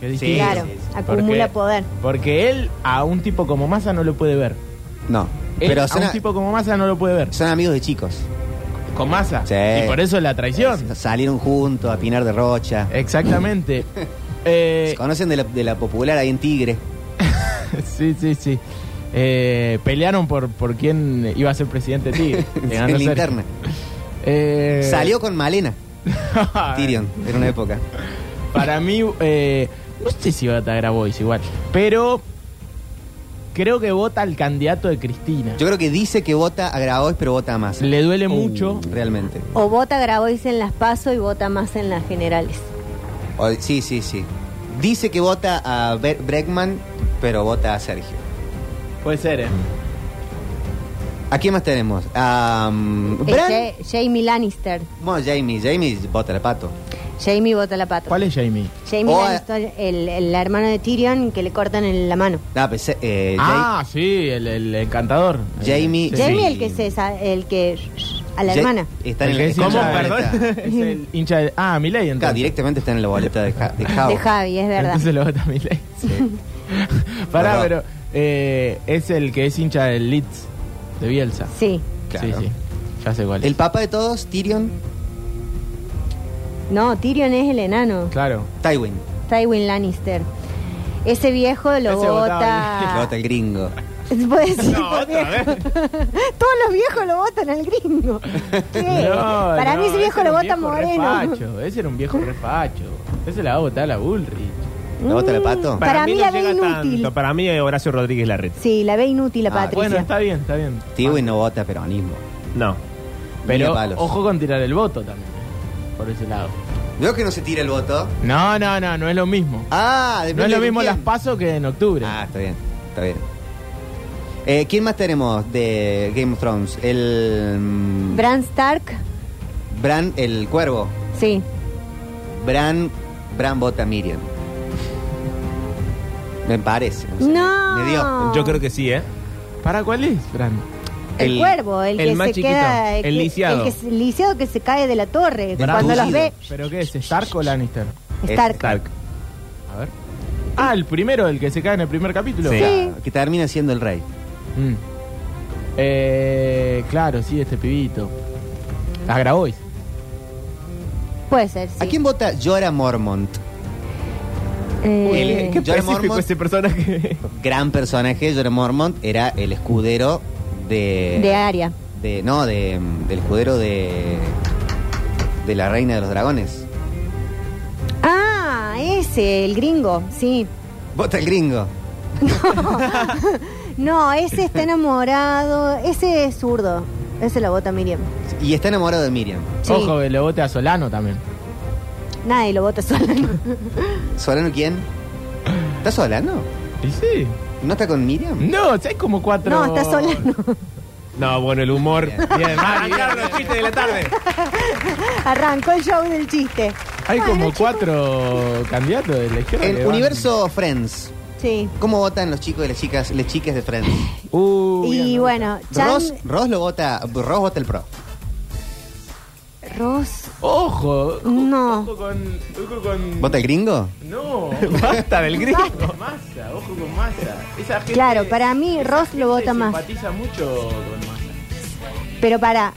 Speaker 5: Que
Speaker 1: Sí,
Speaker 5: distinto.
Speaker 3: claro,
Speaker 1: sí, sí.
Speaker 3: acumula
Speaker 5: Porque-
Speaker 3: poder.
Speaker 5: Porque él a un tipo como Massa no lo puede ver.
Speaker 1: No.
Speaker 5: Él
Speaker 1: Pero
Speaker 5: Eh, a
Speaker 1: son,
Speaker 5: un
Speaker 1: a-
Speaker 5: tipo como Massa no lo puede ver.
Speaker 1: son amigos de chicos.
Speaker 5: Con Massa.
Speaker 1: Sí.
Speaker 5: Y por eso la traición.
Speaker 1: Salieron juntos a Pinar de Rocha.
Speaker 5: Exactamente. Eh,
Speaker 1: Se conocen de la, de la popular ahí en Tigre.
Speaker 5: Sí, sí, sí. Eh, pelearon por, por quién iba a ser presidente de Tigre. Le ganó
Speaker 1: en la
Speaker 5: Sergio.
Speaker 1: interna.
Speaker 5: Eh, Ah,
Speaker 1: Salió con Malena. Tyrion. Era una época.
Speaker 5: Para mí, eh, no sé si va a estar Grabois igual, pero creo que vota al candidato de Cristina.
Speaker 1: Yo Uh, creo que dice que vota a Grabois, pero vota a Massa. Oh,
Speaker 5: Le duele mucho.
Speaker 1: Realmente.
Speaker 3: O vota Grabois en las PASO y vota más en las generales.
Speaker 1: O- sí, sí, sí. Dice que vota a Bre- Bregman, pero vota a Sergio.
Speaker 5: Puede ser, ¿eh?
Speaker 1: ¿A quién más tenemos? A um,
Speaker 3: Eh,
Speaker 1: Bran.
Speaker 3: Ja- Jamie Lannister.
Speaker 1: Bueno, Jamie. Jamie vota al pato.
Speaker 3: Jamie vota la pata.
Speaker 5: ¿Cuál es Jamie?
Speaker 3: Jamie
Speaker 1: O-
Speaker 3: Lannister, el, el hermano de Tyrion, que le cortan el- la mano.
Speaker 1: No, pues, eh, Ja-
Speaker 5: ah, sí, el, el encantador.
Speaker 1: Jamie-
Speaker 5: Este, Sí.
Speaker 3: Jamie,
Speaker 1: Sí.
Speaker 3: el que se, sa- el que a la
Speaker 1: Ja-
Speaker 3: hermana.
Speaker 1: Está en
Speaker 5: El que
Speaker 1: la,
Speaker 5: es
Speaker 1: ¿Cómo?
Speaker 5: hincha de-
Speaker 1: Perdón.
Speaker 5: Es el hincha de... Ah, Milei entonces.
Speaker 1: Claro, directamente está en la boleta de, Ja- de Jao.
Speaker 3: De Javi, es verdad.
Speaker 5: Entonces lo vota Milei. Pará,
Speaker 1: Perdón.
Speaker 5: pero eh, es el que es hincha del Leeds, de Bielsa.
Speaker 3: Sí.
Speaker 1: Claro.
Speaker 5: Sí, sí. Ya sé cuál es.
Speaker 1: El papá de todos, Tyrion,
Speaker 3: No, Tyrion es el enano.
Speaker 5: Claro.
Speaker 1: Tywin.
Speaker 3: Tywin Lannister. Ese viejo lo
Speaker 5: Ese
Speaker 1: Que
Speaker 3: vota.
Speaker 1: vota el gringo.
Speaker 3: Puede ser
Speaker 5: No,
Speaker 3: por
Speaker 5: otra
Speaker 3: viejo. Todos los viejos lo votan al gringo. ¿Qué?
Speaker 5: No,
Speaker 3: Para
Speaker 5: no,
Speaker 3: mí ese viejo
Speaker 5: era
Speaker 3: lo
Speaker 5: un
Speaker 3: vota
Speaker 5: viejo
Speaker 3: moreno.
Speaker 5: refacho, ese era un viejo refacho. Ese la va a votar la Bullrich.
Speaker 1: ¿Lo vota el pato?
Speaker 3: Mm. Para mí la ve inútil.
Speaker 2: Para mí es Horacio Rodríguez Larreta.
Speaker 3: Sí, la ve inútil la
Speaker 1: Ah,
Speaker 3: Patricia.
Speaker 5: Bueno, está bien, está bien. Ah,
Speaker 1: Tywin no vota peronismo.
Speaker 2: No.
Speaker 1: Mira
Speaker 5: Pero
Speaker 1: palos.
Speaker 5: ojo con tirar el voto también. eh, Por ese lado.
Speaker 1: ¿Veo que no se tira el voto?
Speaker 5: No, no, no, no es lo mismo.
Speaker 1: Ah,
Speaker 5: no
Speaker 1: depende
Speaker 5: es lo
Speaker 1: de
Speaker 5: mismo
Speaker 1: quién.
Speaker 5: las pasos que en octubre.
Speaker 1: Ah, está bien, está bien. Eh, ¿Quién más tenemos de Game of Thrones? El. mm,
Speaker 3: Bran Stark,
Speaker 1: Bran, el cuervo.
Speaker 3: sí.
Speaker 1: Bran, Bran vota a Miriam. Me parece. sé,
Speaker 3: No.
Speaker 1: Me dio.
Speaker 3: Ah.
Speaker 2: Yo creo que sí, ¿eh?
Speaker 5: ¿Para cuál es, Fran?
Speaker 3: El,
Speaker 2: El-
Speaker 3: cuervo, el,
Speaker 2: el
Speaker 3: que
Speaker 2: más
Speaker 3: se
Speaker 2: chiquito,
Speaker 3: queda.
Speaker 2: el
Speaker 3: que-
Speaker 2: lisiado.
Speaker 3: El, que, se- lisiado que se cae de la torre.
Speaker 1: Bran
Speaker 3: cuando los
Speaker 1: Tusido.
Speaker 3: ve.
Speaker 5: ¿Pero qué es? ¿Stark o Lannister?
Speaker 3: Stark.
Speaker 2: Stark.
Speaker 5: A ver. Ah, el primero, el que se cae en el primer capítulo.
Speaker 1: Claro, Que termina siendo el rey.
Speaker 5: Mm. Eh, claro, sí, este pibito. Ah, A Grabois.
Speaker 3: Puede ser, sí.
Speaker 1: ¿A quién vota Jorah Mormont?
Speaker 3: Eh,
Speaker 1: ¿qué- Jorah Mormont.
Speaker 5: personaje.
Speaker 1: Gran personaje, Jorah Mormont era el escudero de.
Speaker 3: de Aria.
Speaker 1: de- no, de, del escudero de. de la reina de los dragones.
Speaker 3: Ah, ese, el gringo, sí.
Speaker 1: Vota el gringo.
Speaker 3: No, ese está enamorado. Ese es zurdo. Ese la vota Miriam.
Speaker 1: Y está enamorado de Miriam.
Speaker 3: Sí.
Speaker 5: Ojo que le vote a Solano también.
Speaker 3: Nadie lo vota solo.
Speaker 1: ¿Solano quién? ¿Está Solano?
Speaker 5: ¿Y sí?
Speaker 1: ¿No está con Miriam?
Speaker 5: No, si hay como cuatro.
Speaker 3: No, está sola.
Speaker 2: No, bueno, el humor.
Speaker 1: Bien.
Speaker 2: Bien,
Speaker 1: Ah,
Speaker 2: arrancaron los chistes de la tarde.
Speaker 3: Arrancó el show del chiste.
Speaker 5: Hay
Speaker 3: Bueno,
Speaker 5: como
Speaker 3: chicos.
Speaker 5: cuatro candidatos de la izquierda. que
Speaker 1: El
Speaker 5: van-
Speaker 1: universo Friends.
Speaker 3: Sí.
Speaker 1: ¿Cómo votan los chicos y las chicas, las chicas de Friends?
Speaker 5: Uh, bien,
Speaker 3: y
Speaker 5: no.
Speaker 3: bueno, Chan.
Speaker 1: Ross, Ross lo vota, Ross vota el pro.
Speaker 3: Ross.
Speaker 5: Ojo.
Speaker 3: No.
Speaker 5: Ojo con. Ojo con.
Speaker 1: ¿Vota el gringo?
Speaker 5: No. Basta del gringo.
Speaker 3: Ah,
Speaker 5: Massa, ojo con Massa. Esa gente-
Speaker 3: Claro, para mí
Speaker 5: esa
Speaker 3: Ross lo
Speaker 5: gente
Speaker 3: vota más.
Speaker 5: Simpatiza mucho con Massa.
Speaker 3: Pero para.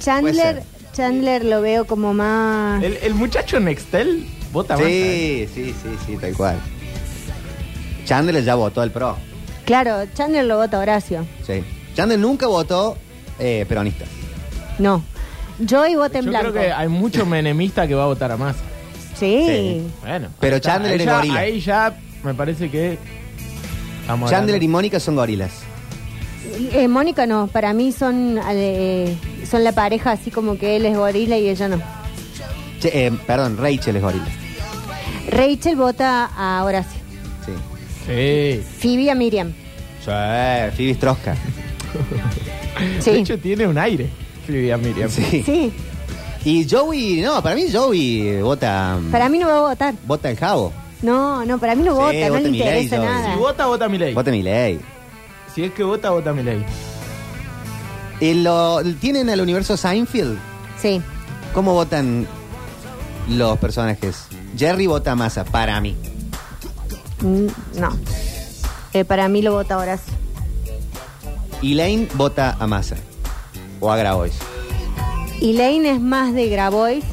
Speaker 3: Chandler.
Speaker 1: Puede
Speaker 3: Chandler lo veo como más.
Speaker 5: El, el muchacho Nextel vota Massa. eh.
Speaker 1: Sí, sí, sí, sí, tal cual. Chandler ya votó el pro.
Speaker 3: Claro, Chandler lo vota Horacio.
Speaker 1: Sí. Chandler nunca votó eh, peronista.
Speaker 3: No. Joy vota en
Speaker 5: Yo
Speaker 3: blanco.
Speaker 5: creo que hay mucho menemista que va a votar a Massa.
Speaker 3: Sí.
Speaker 1: Sí.
Speaker 5: Bueno. ahí
Speaker 1: Pero
Speaker 5: está.
Speaker 1: Chandler
Speaker 5: Ahí
Speaker 1: es
Speaker 5: ya-
Speaker 1: gorila.
Speaker 5: Ahí ya me parece que. Estamos
Speaker 1: Chandler y
Speaker 5: hablando.
Speaker 1: Mónica son gorilas.
Speaker 3: Eh, Mónica no, para mí son, eh, son la pareja así como que él es gorila y ella no.
Speaker 1: Che, eh, perdón, Rachel es gorila.
Speaker 3: Rachel vota a Horacio.
Speaker 1: Sí.
Speaker 5: Sí.
Speaker 3: Phoebe a Miriam.
Speaker 1: Sí, eh, Phoebe Strosca.
Speaker 3: Sí.
Speaker 5: De hecho, tiene un aire. Silvia Miriam.
Speaker 1: Sí.
Speaker 3: Sí.
Speaker 1: Y Joey, no, para mí Joey eh, vota.
Speaker 3: Para mí no va a votar.
Speaker 1: Vota el jabo.
Speaker 3: No, no, para mí no
Speaker 1: Sí,
Speaker 3: vota, no
Speaker 1: vota
Speaker 3: le
Speaker 1: Milei,
Speaker 3: interesa
Speaker 1: Joy.
Speaker 5: Si
Speaker 3: nada.
Speaker 5: vota, vota Milei.
Speaker 1: Vota Miley.
Speaker 5: Si es que vota, vota Milei.
Speaker 1: Y lo, ¿Tienen al universo Seinfeld?
Speaker 3: Sí.
Speaker 1: ¿Cómo votan los personajes? Jerry vota masa, para mí.
Speaker 3: Mm, No. Eh, para mí lo vota Horacio.
Speaker 1: Elaine vota a masa. O a Grabois.
Speaker 3: Elaine es más de Grabois,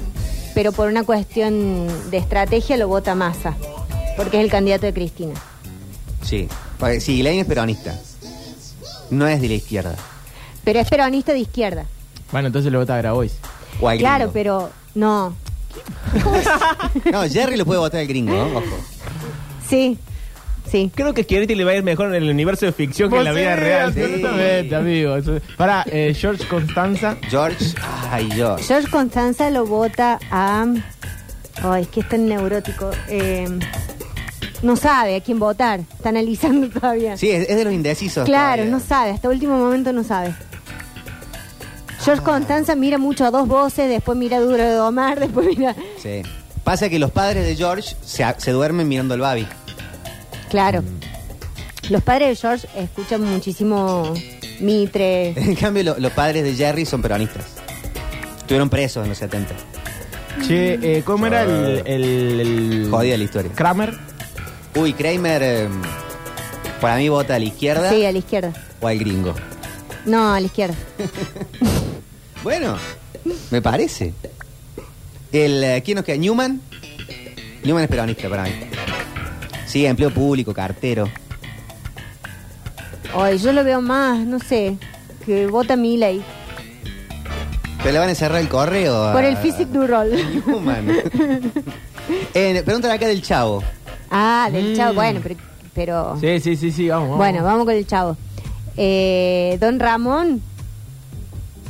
Speaker 3: pero por una cuestión de estrategia lo vota Massa, porque es el candidato de Cristina.
Speaker 1: Sí. Porque- Sí, Elaine es peronista. No es de la izquierda.
Speaker 3: Pero es peronista de izquierda.
Speaker 5: Bueno, entonces lo vota a Grabois.
Speaker 1: O al
Speaker 3: Claro,
Speaker 1: gringo.
Speaker 3: pero no.
Speaker 1: No, Jerry lo puede votar al gringo, ¿no? ojo.
Speaker 3: Sí. Sí.
Speaker 2: Creo que Schiaretti le va a ir mejor en el universo de ficción que en la vida
Speaker 5: Sí,
Speaker 2: real.
Speaker 1: sí.
Speaker 5: Absolutamente, amigo. Eso- Pará, eh, George Constanza.
Speaker 1: George, ay George.
Speaker 3: George Constanza lo vota a. Ay, es que es tan neurótico. Eh, no sabe a quién votar. Está analizando todavía.
Speaker 1: Sí, es, es de los indecisos.
Speaker 3: claro,
Speaker 1: todavía.
Speaker 3: no sabe. Hasta último momento no sabe.
Speaker 1: Ah.
Speaker 3: George Constanza mira mucho a dos voces, después mira Duro de Omar, después mira.
Speaker 1: Sí. Pasa que los padres de George se, se duermen mirando el Babi.
Speaker 3: Claro. Los padres de George escuchan muchísimo Mitre.
Speaker 1: En cambio, lo- los padres de Jerry son peronistas. Estuvieron presos en los 70.
Speaker 5: Che, eh, ¿cómo era el, el, el-
Speaker 1: Jodida la historia.
Speaker 5: Kramer?
Speaker 1: Uy, Kramer, eh, para mí vota a la izquierda
Speaker 3: Sí, a la izquierda.
Speaker 1: o al gringo.
Speaker 3: No, a la izquierda.
Speaker 1: Bueno, me parece. El, eh, ¿Quién nos queda? Newman. Newman es peronista para mí. Sí, empleo público, cartero.
Speaker 3: Ay, yo lo veo más, no sé, que vota Miley.
Speaker 1: Pero le van a cerrar el correo. a-
Speaker 3: Por
Speaker 5: Ah.
Speaker 3: el physique du rol.
Speaker 1: Newman. Eh, preguntan acá del chavo.
Speaker 3: Ah, del chavo. Bueno, pero. pero-
Speaker 5: Mm. Sí, sí, sí, sí, vamos. vamos.
Speaker 3: Bueno, vamos con el chavo. Eh, don Ramón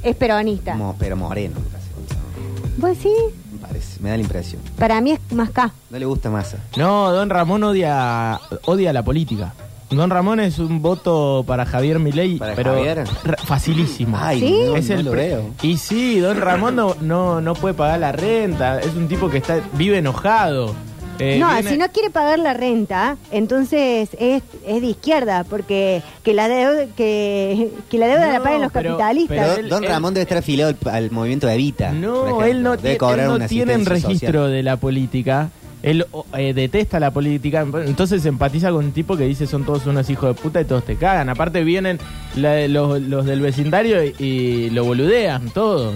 Speaker 3: es peronista.
Speaker 1: Mo- pero moreno, me parece.
Speaker 3: Pues sí,
Speaker 1: Me parece, me da la impresión.
Speaker 3: para mí es más K.
Speaker 1: No le gusta masa.
Speaker 5: No, Don Ramón odia, odia la política. Don Ramón es un voto para Javier Milei,
Speaker 1: ¿Para
Speaker 5: pero
Speaker 1: Javier?
Speaker 5: ra- facilísimo.
Speaker 1: Ay,
Speaker 3: ¿Sí?
Speaker 1: no,
Speaker 5: es
Speaker 1: no
Speaker 5: el
Speaker 1: lo
Speaker 5: pre-
Speaker 1: veo.
Speaker 5: Y sí, Don Ramón no, no, no puede pagar la renta. Es un tipo que está vive enojado. Eh,
Speaker 3: no,
Speaker 5: viene-
Speaker 3: si no quiere pagar la renta, entonces es, es de izquierda, porque que la deuda, que, que la deuda
Speaker 5: No,
Speaker 3: la paguen los
Speaker 5: pero-
Speaker 3: capitalistas.
Speaker 1: Pero
Speaker 5: Pero él-
Speaker 1: Don
Speaker 5: él-
Speaker 1: Ramón debe estar afiliado al, al movimiento de Evita. por
Speaker 5: No,
Speaker 1: ejemplo.
Speaker 5: él no,
Speaker 1: Debe
Speaker 5: tiene-
Speaker 1: cobrar
Speaker 5: él no
Speaker 1: una
Speaker 5: tiene en
Speaker 1: asistencia
Speaker 5: registro
Speaker 1: social.
Speaker 5: de la política. Él o, eh, detesta la política, entonces empatiza con un tipo que dice son todos unos hijos de puta y todos te cagan. Aparte vienen la- los, los del vecindario y, y lo boludean todo.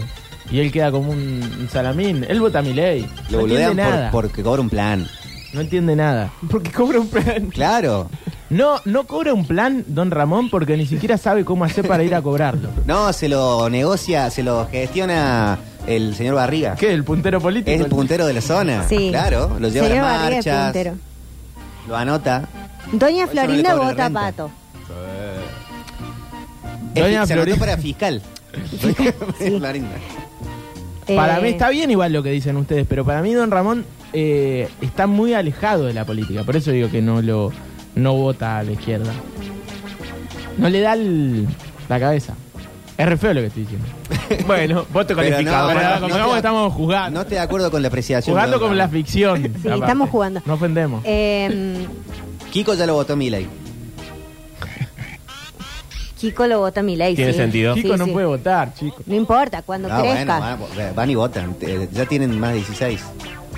Speaker 5: Y él queda como un, un salamín. Él vota a mi ley.
Speaker 1: Lo
Speaker 5: no entiende
Speaker 1: boludean por-
Speaker 5: nada.
Speaker 1: porque cobra un plan.
Speaker 5: No entiende nada. Porque cobra un plan.
Speaker 1: Claro.
Speaker 5: No, no cobra un plan, don Ramón, porque ni siquiera sabe cómo hacer para ir a cobrarlo.
Speaker 1: No, se lo negocia, se lo gestiona el señor Barriga.
Speaker 5: ¿Qué? ¿El puntero político?
Speaker 1: Es el puntero de la zona.
Speaker 3: Sí.
Speaker 1: Claro, lo lleva a
Speaker 3: Señor
Speaker 1: las
Speaker 3: Barriga es
Speaker 1: marchas.
Speaker 3: puntero.
Speaker 1: Lo anota.
Speaker 3: Doña
Speaker 1: Por eso no le
Speaker 3: Florinda
Speaker 1: cobra
Speaker 3: vota a
Speaker 1: renta.
Speaker 3: Pato.
Speaker 1: Es-
Speaker 5: Doña
Speaker 1: Este, se anotó
Speaker 5: Florinda.
Speaker 1: para fiscal. Florinda.
Speaker 5: Para
Speaker 3: Eh,
Speaker 5: mí está bien igual lo que dicen ustedes, pero para mí Don Ramón eh, está muy alejado de la política. Por eso digo que no lo no vota a la izquierda. No le da el- la cabeza. Es re feo lo que estoy diciendo.
Speaker 2: Bueno, voto
Speaker 1: Pero
Speaker 2: calificado.
Speaker 1: no,
Speaker 5: Pero
Speaker 1: no,
Speaker 5: como
Speaker 1: no
Speaker 5: vamos,
Speaker 1: te-
Speaker 5: estamos jugando.
Speaker 1: No estoy de acuerdo con la apreciación.
Speaker 5: jugando
Speaker 1: de Don
Speaker 5: con la
Speaker 1: Ramón.
Speaker 5: ficción.
Speaker 3: Sí,
Speaker 5: aparte.
Speaker 3: estamos jugando.
Speaker 5: No ofendemos.
Speaker 3: eh,
Speaker 1: Kiko ya lo votó Milay.
Speaker 3: Kiko lo vota Milei.
Speaker 2: Tiene
Speaker 3: sí.
Speaker 2: sentido.
Speaker 3: Sí,
Speaker 5: Chico, no
Speaker 3: sí.
Speaker 5: puede votar, chico.
Speaker 3: No importa, cuando
Speaker 1: Ah, bueno,
Speaker 3: crezca.
Speaker 1: van, van y votan. Eh, Ya tienen más de 16.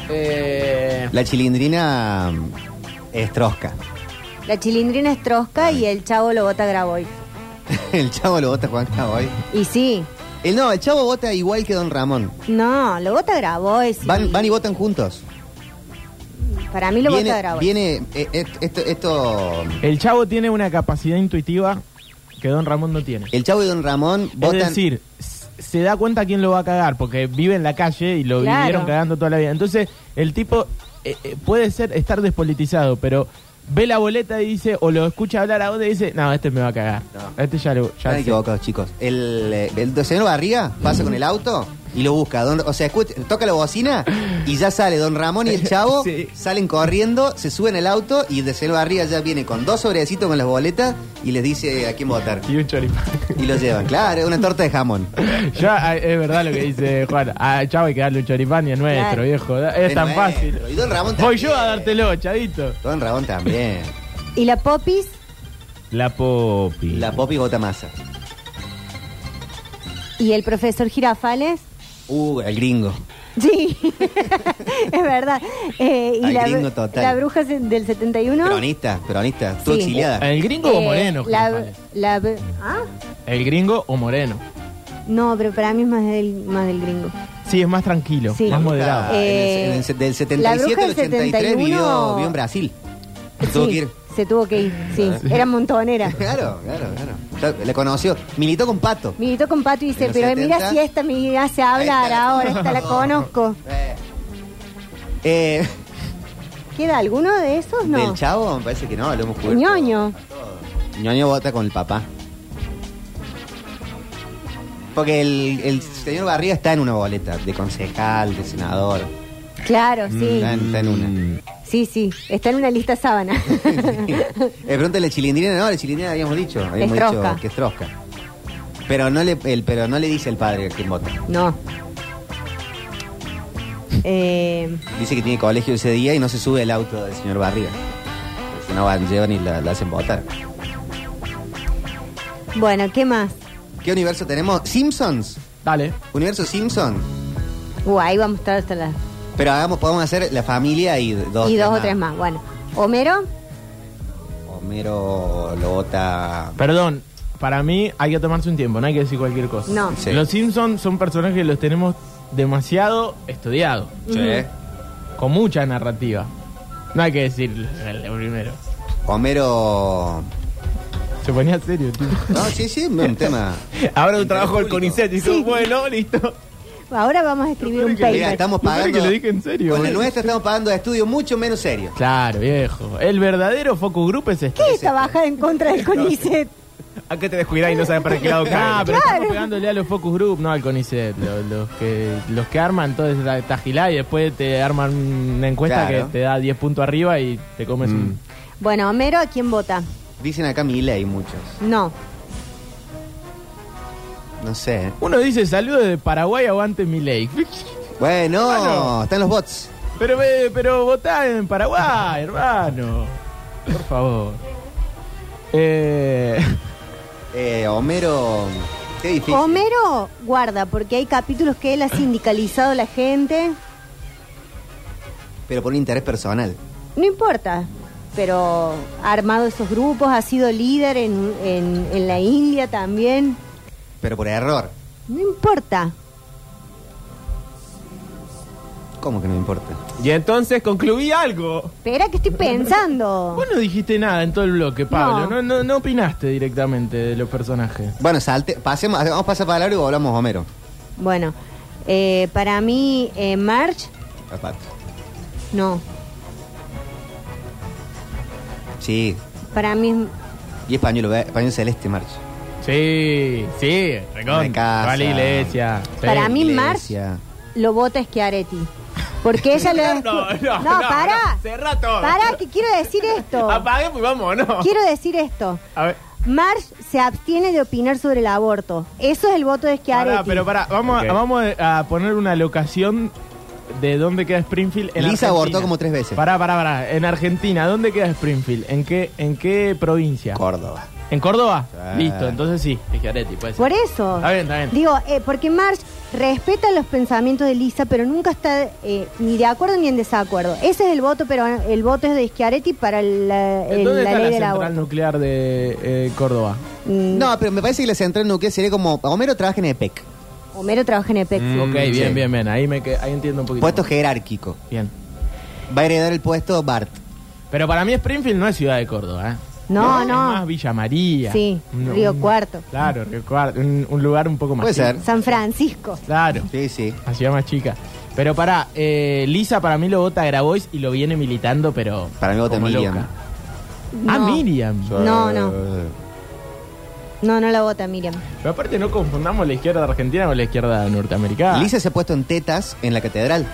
Speaker 5: Eh,
Speaker 1: La chilindrina mm, es trosca.
Speaker 3: La chilindrina es trosca y el chavo lo vota Grabois.
Speaker 1: El chavo lo vota Juan Caboy.
Speaker 3: Y sí,
Speaker 1: El, no, el chavo vota igual que Don Ramón.
Speaker 3: no, lo vota Grabois. y-
Speaker 1: Van, van y votan juntos.
Speaker 3: Para mí lo vota
Speaker 1: Viene,
Speaker 3: Grabois.
Speaker 1: viene eh, eh, esto, esto- mm,
Speaker 5: el chavo tiene una capacidad intuitiva que Don Ramón no tiene.
Speaker 1: El chavo y Don Ramón votan.
Speaker 5: Es decir, s- se da cuenta quién lo va a cagar, porque vive en la calle y lo
Speaker 3: Claro.
Speaker 5: vivieron cagando toda la vida. Entonces, el tipo eh, eh, puede ser estar despolitizado, pero ve la boleta y dice, o lo escucha hablar a otro y dice, no, este me va a cagar.
Speaker 1: No.
Speaker 5: Este ya lo... Ya
Speaker 1: Están
Speaker 5: sé".
Speaker 1: equivocados, chicos. El, eh, el señor Barriga pasa con el auto y lo busca. Don- o sea, escucha- toca la bocina y ya sale Don Ramón y el chavo.
Speaker 5: Sí.
Speaker 1: Salen corriendo, se suben al auto y el señor Barriga ya viene con dos sobrecitos con las boletas y les dice a quién votar.
Speaker 5: Y un choripán.
Speaker 1: Y lo llevan. Claro, es una torta de jamón.
Speaker 5: Ya, ah, es verdad lo que dice Juan. Ah, chavo, hay que darle un choripán y es nuestro,
Speaker 3: Claro.
Speaker 5: viejo. Da- Es
Speaker 1: Es
Speaker 5: tan
Speaker 1: nuestro.
Speaker 5: fácil.
Speaker 1: Y Don Ramón
Speaker 5: Voy
Speaker 1: también.
Speaker 5: yo a dártelo, chavito.
Speaker 1: Don Ramón también.
Speaker 3: Y la Popis,
Speaker 2: La popi.
Speaker 1: La Popi vota masa.
Speaker 3: y el profesor Girafales.
Speaker 1: Uh, el gringo.
Speaker 3: Sí, es verdad. Eh, y
Speaker 1: Al
Speaker 3: la,
Speaker 1: gringo total.
Speaker 3: la bruja se- del 71.
Speaker 1: Peronista, peronista. Estuvo
Speaker 3: Sí.
Speaker 1: exiliada.
Speaker 5: ¿El gringo o
Speaker 3: eh,
Speaker 5: moreno?
Speaker 3: La,
Speaker 5: Girafales?
Speaker 3: la- ¿Ah?
Speaker 5: ¿El gringo o moreno?
Speaker 3: No, pero para mí es más del, más del gringo.
Speaker 5: Sí, es más tranquilo,
Speaker 3: Sí.
Speaker 5: más
Speaker 1: La bruja,
Speaker 5: moderado.
Speaker 1: en el-
Speaker 3: Eh,
Speaker 1: en el- del
Speaker 3: la bruja
Speaker 1: 77 al
Speaker 3: del
Speaker 1: 83 vivió,
Speaker 3: 71.
Speaker 1: vivió en Brasil. Se tuvo
Speaker 3: Sí,
Speaker 1: que ir. Ah.
Speaker 3: Se tuvo que ir, sí. Era montonera.
Speaker 1: Claro, claro, claro. Le conoció. Militó con Pato.
Speaker 3: Militó con Pato y dice,
Speaker 1: En los
Speaker 3: pero mira
Speaker 1: 70.
Speaker 3: si esta me hace
Speaker 1: Ahí
Speaker 3: hablar
Speaker 1: está la
Speaker 3: ahora, esta la
Speaker 1: conozco".
Speaker 3: conozco.
Speaker 1: Eh,
Speaker 3: ¿Queda alguno de esos? No.
Speaker 1: Del chavo, me parece que no, lo hemos cubierto.
Speaker 3: Ñoño.
Speaker 1: Ñoño vota con el papá. Porque el, el señor Barriga está en una boleta de concejal, de senador.
Speaker 3: Claro,
Speaker 1: Mm,
Speaker 3: sí.
Speaker 1: Está, en, está en una.
Speaker 3: Sí, sí. Está en una lista sábana.
Speaker 1: Eh, pregúntale chilindrina, no, la chilindrina habíamos dicho, habíamos
Speaker 3: Estrosca.
Speaker 1: dicho que es trosca. Pero no le, el, pero no le dice el padre a quién vota.
Speaker 3: no. Eh,
Speaker 1: Dice que tiene colegio ese día y no se sube el auto del señor Barriga. Porque no van, llevan y la, la hacen votar.
Speaker 3: bueno, ¿qué más?
Speaker 1: ¿Qué universo tenemos? Simpsons.
Speaker 5: Dale.
Speaker 1: Universo Simpson.
Speaker 3: Uh, ahí vamos a estar hasta las...
Speaker 1: Pero hagamos, podemos hacer la familia y dos.
Speaker 3: y dos o tres más. Bueno. Homero.
Speaker 1: Homero lo vota.
Speaker 5: Perdón, para mí hay que tomarse un tiempo, no hay que decir cualquier cosa.
Speaker 3: No.
Speaker 1: Sí.
Speaker 5: Los Simpsons son personajes que los tenemos demasiado estudiados,
Speaker 1: Sí.
Speaker 5: con mucha narrativa. No hay que decir lo primero.
Speaker 1: Homero.
Speaker 5: Se ponía serio, tío.
Speaker 1: No, sí, sí, un tema.
Speaker 5: Ahora un trabajo del
Speaker 1: público.
Speaker 5: CONICET y dice, bueno, listo.
Speaker 3: Ahora vamos a escribir un
Speaker 5: Mira,
Speaker 1: Mira,
Speaker 3: paper.
Speaker 1: estamos
Speaker 5: Yo creo
Speaker 1: pagando.
Speaker 5: que lo dije en serio, eh.
Speaker 1: Con el
Speaker 5: boludo.
Speaker 1: nuestro estamos pagando a estudios mucho menos serios.
Speaker 5: Claro, viejo. El verdadero focus group es este.
Speaker 3: ¿Qué es esta bajada en contra del CONICET?
Speaker 2: ¿A qué te descuidás y no sabes para qué lado
Speaker 5: Ah,
Speaker 2: cae?
Speaker 5: pero
Speaker 3: Claro.
Speaker 5: estamos pegándole a los focus group, no al CONICET. lo- Los, que, los que arman toda esta, esta gilada y después te arman una encuesta
Speaker 1: Claro.
Speaker 5: que te da 10 puntos arriba y te comes un...
Speaker 3: Bueno, Homero, ¿a quién vota?
Speaker 1: Dicen acá Mila y muchos.
Speaker 3: No.
Speaker 1: No sé. ¿eh?
Speaker 5: Uno dice saludos de Paraguay, aguante mi ley.
Speaker 1: Bueno,
Speaker 5: Bueno.
Speaker 1: están los bots.
Speaker 5: Pero, eh, pero votá en Paraguay, hermano. Por favor. Eh,
Speaker 1: Eh, Homero. Qué difícil.
Speaker 3: Homero, guarda, porque hay capítulos que él ha sindicalizado a la gente.
Speaker 1: Pero por un interés personal.
Speaker 3: No importa, pero ha armado esos grupos, ha sido líder en, en- en la India también.
Speaker 1: Pero por error.
Speaker 3: No importa.
Speaker 1: ¿Cómo que no me importa?
Speaker 2: Y entonces concluí algo.
Speaker 3: Espera que estoy pensando.
Speaker 5: vos no dijiste nada en todo el bloque, Pablo.
Speaker 3: No.
Speaker 5: No, no, no opinaste directamente de los personajes.
Speaker 1: Bueno, salte, pasemos, vamos a pasar palabra y volvamos a Homero.
Speaker 3: Bueno, eh, para mí, eh, March,
Speaker 1: Aparte.
Speaker 3: no.
Speaker 1: Sí.
Speaker 3: Para mí,
Speaker 1: Y español, ve- español celeste, marcha.
Speaker 5: Sí, sí,
Speaker 1: Me casa.
Speaker 5: recontra. Vale, iglesia. Sí.
Speaker 3: Para mí,
Speaker 1: Iglesia.
Speaker 3: lo vota Schiaretti. Porque ella le...
Speaker 5: No, no,
Speaker 3: no,
Speaker 5: no,
Speaker 3: pará.
Speaker 5: no, cerrá todo.
Speaker 3: Pará, que quiero decir esto.
Speaker 5: Apaguemos y vámonos.
Speaker 3: Quiero decir esto.
Speaker 5: A ver,
Speaker 3: Marsh se abstiene de opinar sobre el aborto. Eso es el voto de Schiaretti.
Speaker 5: pará, pero pará. Vamos,
Speaker 2: Ok.
Speaker 5: a, vamos a poner una locación de dónde queda Springfield en
Speaker 1: Lisa
Speaker 5: Argentina.
Speaker 1: abortó como tres veces.
Speaker 5: Pará, pará, pará. En Argentina, ¿dónde queda Springfield? ¿En qué, en qué provincia?
Speaker 1: Córdoba.
Speaker 5: ¿En Córdoba?
Speaker 1: Ah.
Speaker 5: Listo, entonces sí. Es Schiaretti, puede ser.
Speaker 3: Por eso.
Speaker 5: Está bien, está bien.
Speaker 3: Digo, eh, porque Marsh respeta los pensamientos de Lisa, pero nunca está eh, ni de acuerdo ni en desacuerdo. Ese es el voto, pero eh, el voto es de Schiaretti para la, el-
Speaker 5: Eh, ¿Dónde
Speaker 3: la
Speaker 5: está
Speaker 3: ley
Speaker 5: la
Speaker 3: del
Speaker 5: central
Speaker 3: aborto.
Speaker 5: nuclear de eh, Córdoba?
Speaker 3: Mm,
Speaker 1: No, pero me parece que la central nuclear sería como Homero trabaja en E EPEC.
Speaker 3: Homero trabaja en EPEX.
Speaker 5: ok,
Speaker 1: sí.
Speaker 5: bien, bien, bien. Ahí, me que- ahí entiendo un poquito.
Speaker 1: Puesto jerárquico.
Speaker 5: Bien.
Speaker 1: Va a heredar el puesto Bart.
Speaker 5: Pero para mí Springfield no es ciudad de Córdoba, ¿eh?
Speaker 3: No,
Speaker 5: Es
Speaker 3: no.
Speaker 5: más Villa María.
Speaker 3: Sí,
Speaker 5: Un-
Speaker 3: Río
Speaker 5: un-
Speaker 3: Cuarto.
Speaker 5: Claro, Río Cuarto. Un, un lugar un poco más
Speaker 1: Puede
Speaker 5: chico.
Speaker 1: ser.
Speaker 3: San Francisco.
Speaker 5: Claro,
Speaker 1: Sí, sí.
Speaker 5: una ciudad más chica. Pero pará, eh, Lisa para mí lo vota Grabois y lo viene militando, pero...
Speaker 1: Para mí vota
Speaker 5: como
Speaker 1: Miriam.
Speaker 5: loca. Ah,
Speaker 3: No.
Speaker 5: Miriam.
Speaker 3: No,
Speaker 1: eh,
Speaker 3: no. No, no la vota Miriam.
Speaker 5: Pero aparte no confundamos la izquierda argentina con la izquierda
Speaker 3: Ah.
Speaker 5: norteamericana.
Speaker 1: Lisa se ha puesto en tetas en la catedral.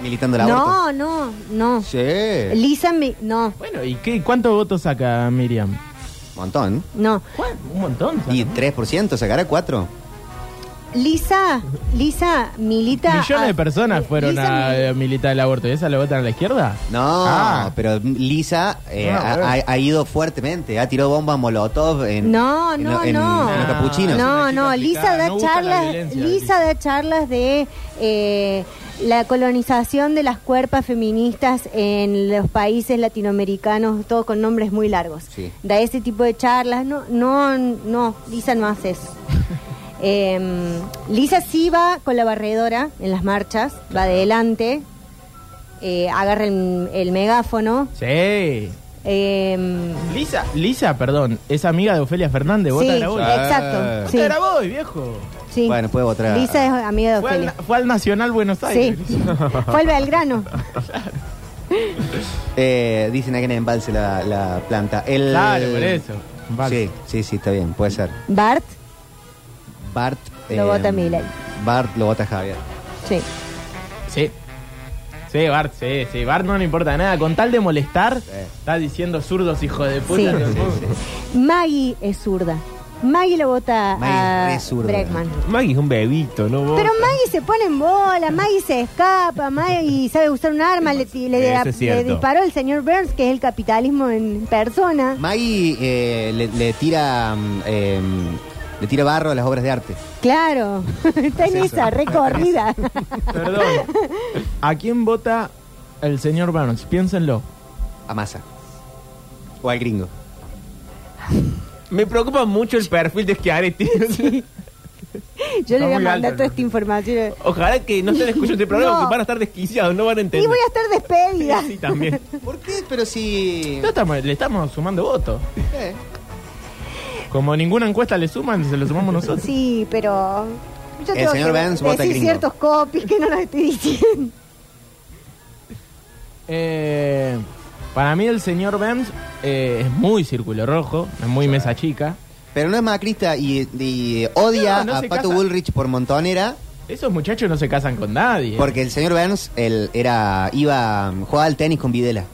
Speaker 1: Militando el aborto.
Speaker 3: No, no, no.
Speaker 1: Sí.
Speaker 3: Lisa, mi- no,
Speaker 5: Bueno, ¿y qué, cuántos votos saca Miriam?
Speaker 1: Montón.
Speaker 3: no.
Speaker 5: ¿Cuál? Un montón. saca.
Speaker 1: Y 3%, sacará 4.
Speaker 3: Lisa, Lisa milita.
Speaker 5: Millones
Speaker 3: a-
Speaker 5: de personas fueron
Speaker 3: ah, Lisa
Speaker 5: a
Speaker 3: mili-
Speaker 5: eh, militar el aborto. ¿Y esa la votan a la izquierda?
Speaker 1: No,
Speaker 5: Ah.
Speaker 1: pero Lisa eh,
Speaker 5: Ah,
Speaker 1: ha-
Speaker 5: bueno.
Speaker 1: ha, ha ido fuertemente, ha tirado bombas molotov en,
Speaker 3: No,
Speaker 1: en,
Speaker 3: no,
Speaker 1: en-
Speaker 3: no.
Speaker 1: en los capuchinos.
Speaker 3: No,
Speaker 5: Es una chica
Speaker 3: no, Lisa
Speaker 5: aplicada,
Speaker 3: da
Speaker 5: no busca la
Speaker 3: charlas,
Speaker 5: violencia,
Speaker 3: Lisa
Speaker 5: Lisa.
Speaker 3: da charlas de eh, la colonización de las cuerpas feministas en los países latinoamericanos, todo con nombres muy largos.
Speaker 1: Sí.
Speaker 3: Da ese tipo de charlas, no, no, no, Lisa no hace eso. Em, Lisa sí va con la barredora en las marchas, va adelante, eh, agarra el, el megáfono.
Speaker 5: Sí.
Speaker 3: em,
Speaker 5: Lisa, Lisa, perdón, es amiga de Ofelia Fernández, vota
Speaker 3: sí,
Speaker 5: a Grabois.
Speaker 3: exacto.
Speaker 1: Ah.
Speaker 5: Vota
Speaker 3: sí.
Speaker 5: a Grabois, viejo.
Speaker 3: Sí.
Speaker 1: Bueno, puede votar a-
Speaker 3: Lisa es amiga de
Speaker 5: Fue al,
Speaker 3: Ofelia.
Speaker 5: fue al Nacional Buenos
Speaker 3: Sí.
Speaker 5: Aires.
Speaker 3: Fue al Belgrano.
Speaker 1: Eh, dicen a que en embalse la, la planta. El,
Speaker 5: Claro, por eso. Embalse.
Speaker 1: Sí, sí, sí, está bien, puede ser.
Speaker 3: Bart,
Speaker 1: Bart. em,
Speaker 3: Lo vota Milei.
Speaker 1: Bart lo vota Javier.
Speaker 3: sí.
Speaker 5: Sí. Sí, Bart, sí, sí. Bart no le importa nada. Con tal de molestar,
Speaker 1: Sí.
Speaker 5: está diciendo zurdos, hijo de puta.
Speaker 3: Sí.
Speaker 5: todo el
Speaker 3: Sí,
Speaker 5: mundo.
Speaker 3: Maggie es zurda. Maggie lo vota
Speaker 1: Maggie
Speaker 3: a
Speaker 1: es re zurda.
Speaker 3: Bregman.
Speaker 2: Maggie es un bebito, ¿no? vos?
Speaker 3: Pero Maggie se pone en bola, Maggie se escapa, Maggie sabe usar un arma, le, ti- le-
Speaker 2: Eso es
Speaker 3: le
Speaker 2: cierto.
Speaker 3: disparó el señor Burns, que es el capitalismo en persona.
Speaker 1: Maggie eh, le, le tira mm, eh, le tira barro a las obras de arte.
Speaker 3: Claro, está en
Speaker 1: Sí,
Speaker 3: esa
Speaker 1: sí.
Speaker 3: recorrida.
Speaker 5: Perdón. ¿A quién vota el señor Burns? Piénsenlo.
Speaker 1: A masa. O al gringo.
Speaker 2: Me preocupa mucho el perfil de Schiaretti.
Speaker 3: Yo le voy a
Speaker 5: muy
Speaker 3: mandar
Speaker 5: alto,
Speaker 3: toda
Speaker 5: ¿no?
Speaker 3: esta información.
Speaker 2: Ojalá que no estén escuchando este programa,
Speaker 3: No.
Speaker 2: porque van a estar desquiciados, no van a entender.
Speaker 3: Y voy a estar despedida.
Speaker 2: Sí, también.
Speaker 1: ¿Por qué? Pero si.
Speaker 5: No estamos- le estamos sumando votos.
Speaker 1: Eh,
Speaker 5: Como ninguna encuesta le suman, se lo sumamos nosotros.
Speaker 3: Sí, pero... Yo
Speaker 1: El
Speaker 3: tengo
Speaker 1: señor
Speaker 3: que
Speaker 1: Burns vota
Speaker 3: decir
Speaker 1: gringo.
Speaker 3: ciertos copies que no los estoy diciendo.
Speaker 5: Eh, para mí el señor Burns eh, es muy círculo rojo, es muy mesa chica.
Speaker 1: Pero no es macrista y, y odia
Speaker 5: No, no
Speaker 1: a
Speaker 5: se
Speaker 1: Pato
Speaker 5: casa.
Speaker 1: Bullrich por montonera.
Speaker 5: Esos muchachos no se casan con nadie.
Speaker 1: Porque el señor Burns él era, iba, jugaba al tenis con Videla.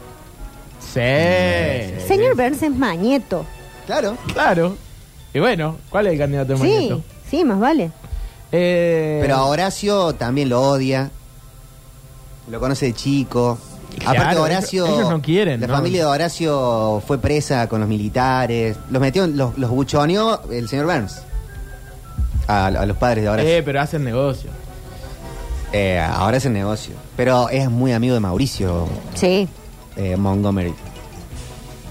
Speaker 5: Sí.
Speaker 1: Eh,
Speaker 3: Señor Burns es mañeto.
Speaker 1: Claro.
Speaker 5: Claro. Y bueno, ¿cuál es el candidato de
Speaker 3: Sí,
Speaker 5: Magneto?
Speaker 3: sí, más vale.
Speaker 5: Eh,
Speaker 1: Pero a Horacio también lo odia. Lo conoce de chico.
Speaker 5: Claro,
Speaker 1: Aparte
Speaker 5: ellos-
Speaker 1: Horacio,
Speaker 5: ellos no quieren,
Speaker 1: la
Speaker 5: ¿no?
Speaker 1: familia de Horacio fue presa con los militares, los metió, en- los, los buchoneó el señor Burns a, a los padres de Horacio.
Speaker 5: eh, pero hacen negocio.
Speaker 1: Eh, ahora es el negocio, pero es muy amigo de Mauricio
Speaker 3: Sí.
Speaker 1: eh, Montgomery.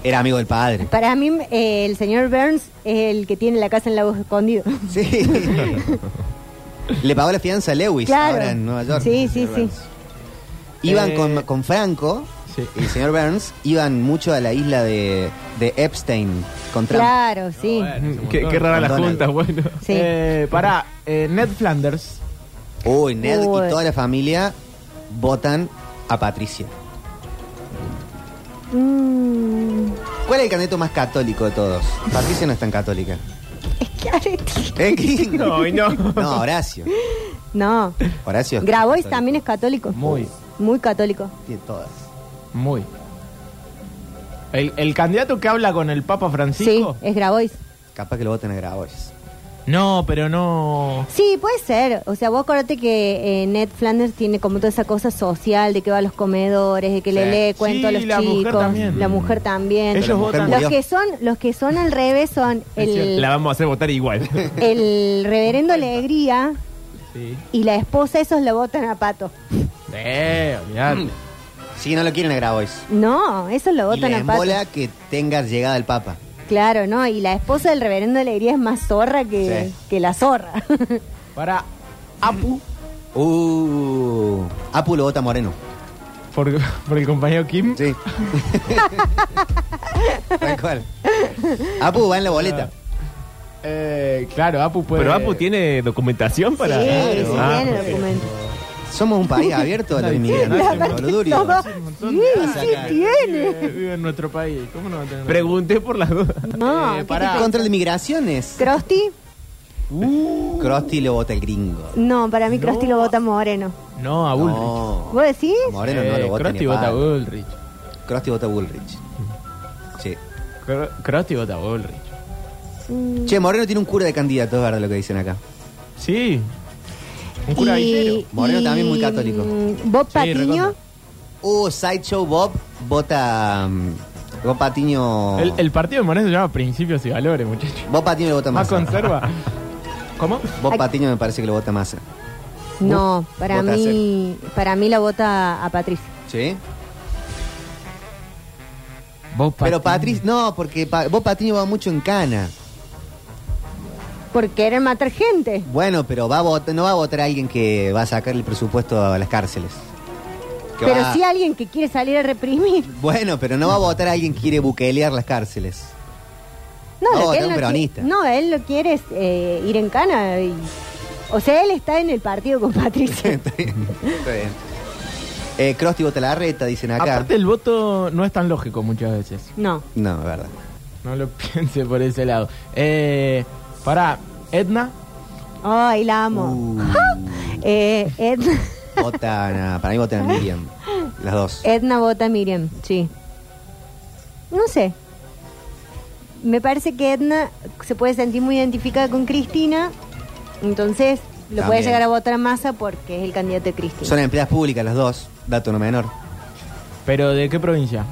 Speaker 1: Era amigo del padre.
Speaker 3: Para mí, eh, el señor Burns es el que tiene la casa en Lago Escondido.
Speaker 1: Sí. Le pagó la fianza a Lewis
Speaker 3: Claro.
Speaker 1: ahora en Nueva York.
Speaker 3: Sí,
Speaker 1: el
Speaker 3: sí,
Speaker 1: señor
Speaker 3: sí.
Speaker 1: Burns. Iban
Speaker 5: Eh,
Speaker 1: con, con Franco
Speaker 5: Sí.
Speaker 1: y el señor Burns, iban mucho a la isla de, de Epstein con Trump.
Speaker 3: Claro, sí.
Speaker 2: qué, qué rara la junta, bueno.
Speaker 3: Sí.
Speaker 5: Eh, pará, eh, Ned Flanders.
Speaker 1: Uy, Ned
Speaker 3: Uy.
Speaker 1: y toda la familia votan a Patricia.
Speaker 3: Mm,
Speaker 1: ¿Cuál es el candidato más católico de todos? Patricia no es tan católica.
Speaker 3: es que Areti-
Speaker 1: ¿Eh, qué?
Speaker 2: No, y no.
Speaker 1: No, Horacio.
Speaker 3: No.
Speaker 1: Horacio. es
Speaker 3: Grabois
Speaker 1: católico.
Speaker 3: también es católico.
Speaker 5: Muy.
Speaker 3: Muy católico.
Speaker 1: Tiene todas.
Speaker 5: Muy. El, el candidato que habla con el Papa Francisco.
Speaker 3: Sí, es Grabois.
Speaker 1: Capaz que lo voten a Grabois.
Speaker 5: No, pero no.
Speaker 3: Sí, puede ser. O sea, vos acordate que eh, Ned Flanders tiene como toda esa cosa social de que va a los comedores, de que le
Speaker 1: Sí.
Speaker 3: lee cuento a
Speaker 5: Sí,
Speaker 3: los
Speaker 5: la mujer
Speaker 3: chicos.
Speaker 5: también.
Speaker 3: La mujer también.
Speaker 5: Ellos
Speaker 1: mujer
Speaker 5: votan.
Speaker 1: murió.
Speaker 3: Los que son, los que son al revés son el,
Speaker 2: La vamos a hacer votar igual.
Speaker 3: el reverendo Alegría
Speaker 5: Sí.
Speaker 3: y la esposa, esos lo votan a Pato.
Speaker 5: Eh, olvidate.
Speaker 1: Sí, no lo quieren a Grabois.
Speaker 3: No, esos lo
Speaker 1: Y
Speaker 3: votan
Speaker 1: les
Speaker 3: a Pato.
Speaker 1: embola que tenga llegada el Papa.
Speaker 3: Claro, ¿no? Y la esposa del reverendo Alegría es más zorra que,
Speaker 1: Sí.
Speaker 3: que la zorra.
Speaker 5: Para Apu,
Speaker 1: Uh, Apu lo vota Moreno.
Speaker 5: por, por el compañero Kim.
Speaker 1: Sí. Tal cual. Apu va en la boleta.
Speaker 5: Ah. Eh, claro, Apu puede.
Speaker 2: Pero Apu tiene documentación para.
Speaker 3: sí, sí,
Speaker 2: Ah,
Speaker 3: tiene
Speaker 2: ok.
Speaker 3: documento.
Speaker 1: Somos un país abierto a los inmigrantes.
Speaker 5: La
Speaker 1: por lo durio.
Speaker 3: Todo-
Speaker 5: un montón
Speaker 3: Sí,
Speaker 5: de
Speaker 3: sí tiene.
Speaker 5: Vive, Eh, vive en nuestro país. ¿Cómo no va a tener?
Speaker 2: Pregunté por las dudas.
Speaker 3: No, ¿qué
Speaker 1: Eh, Pará.
Speaker 3: te-
Speaker 1: Contra las migraciones.
Speaker 3: Crosti,
Speaker 2: Uh.
Speaker 1: Crosti lo vota el gringo.
Speaker 3: no, para mí Crosti lo vota Moreno.
Speaker 5: No, a Bullrich.
Speaker 1: No.
Speaker 3: ¿Vos decís?
Speaker 1: Moreno no lo
Speaker 5: Eh,
Speaker 1: vota.
Speaker 5: Crosti
Speaker 1: ni
Speaker 5: vota a
Speaker 1: palo.
Speaker 5: Bullrich. Mm.
Speaker 1: Crosti vota Bullrich. Sí.
Speaker 5: Cro- Crosti vota a Bullrich.
Speaker 3: Mm.
Speaker 1: Che, Moreno tiene un cura de candidatos, es verdad lo que dicen acá.
Speaker 5: Sí. Un cura
Speaker 3: Y,
Speaker 5: villero.
Speaker 1: Moreno también muy
Speaker 3: y,
Speaker 1: católico.
Speaker 3: mm, Bob
Speaker 5: Sí,
Speaker 3: Patiño,
Speaker 5: recontra.
Speaker 1: Uh, Sideshow Bob vota. mm, Bob Patiño.
Speaker 5: El, el partido de Moreno se llama Principios y Valores, muchachos.
Speaker 1: Bob Patiño lo vota
Speaker 5: Más
Speaker 1: más.
Speaker 5: conserva. ¿Cómo?
Speaker 1: Bob Patiño me parece que lo vota más.
Speaker 3: no, para
Speaker 1: Vota
Speaker 3: mí, para mí la vota a Patricia.
Speaker 1: ¿Sí?
Speaker 5: Vos,
Speaker 1: Pero Patricio, no, porque Pa- Bob Patiño va mucho en cana.
Speaker 3: Por querer matar gente.
Speaker 1: Bueno, pero va a vot- no va a votar a alguien que va a sacar el presupuesto a las cárceles. Que
Speaker 3: Pero
Speaker 1: va-
Speaker 3: si alguien que quiere salir a reprimir.
Speaker 1: Bueno, pero no va a votar a alguien que quiere buquelear las cárceles.
Speaker 3: No,
Speaker 1: No,
Speaker 3: lo que
Speaker 1: era
Speaker 3: él
Speaker 1: un
Speaker 3: no, qui-
Speaker 1: peronista.
Speaker 3: no, él lo quiere es, eh, ir en cana. y- o sea, él está en el partido con Patricia.
Speaker 1: Está bien. Eh, Crosti vota la reta, dicen acá.
Speaker 5: Aparte el voto no es tan lógico muchas veces.
Speaker 3: No.
Speaker 1: No, es verdad.
Speaker 5: No lo piense por ese lado. Eh, para Edna,
Speaker 3: Ay, la amo.
Speaker 1: Uh,
Speaker 3: Eh, Edna,
Speaker 1: votan a- para mí votan a Miriam. Las dos.
Speaker 3: Edna vota a Miriam, sí. No sé. Me parece que Edna se puede sentir muy identificada con Cristina, entonces lo puede
Speaker 1: También.
Speaker 3: llegar a votar a Massa porque es el candidato de Cristina.
Speaker 1: Son empleadas públicas las dos, dato no menor.
Speaker 5: pero ¿de qué provincia?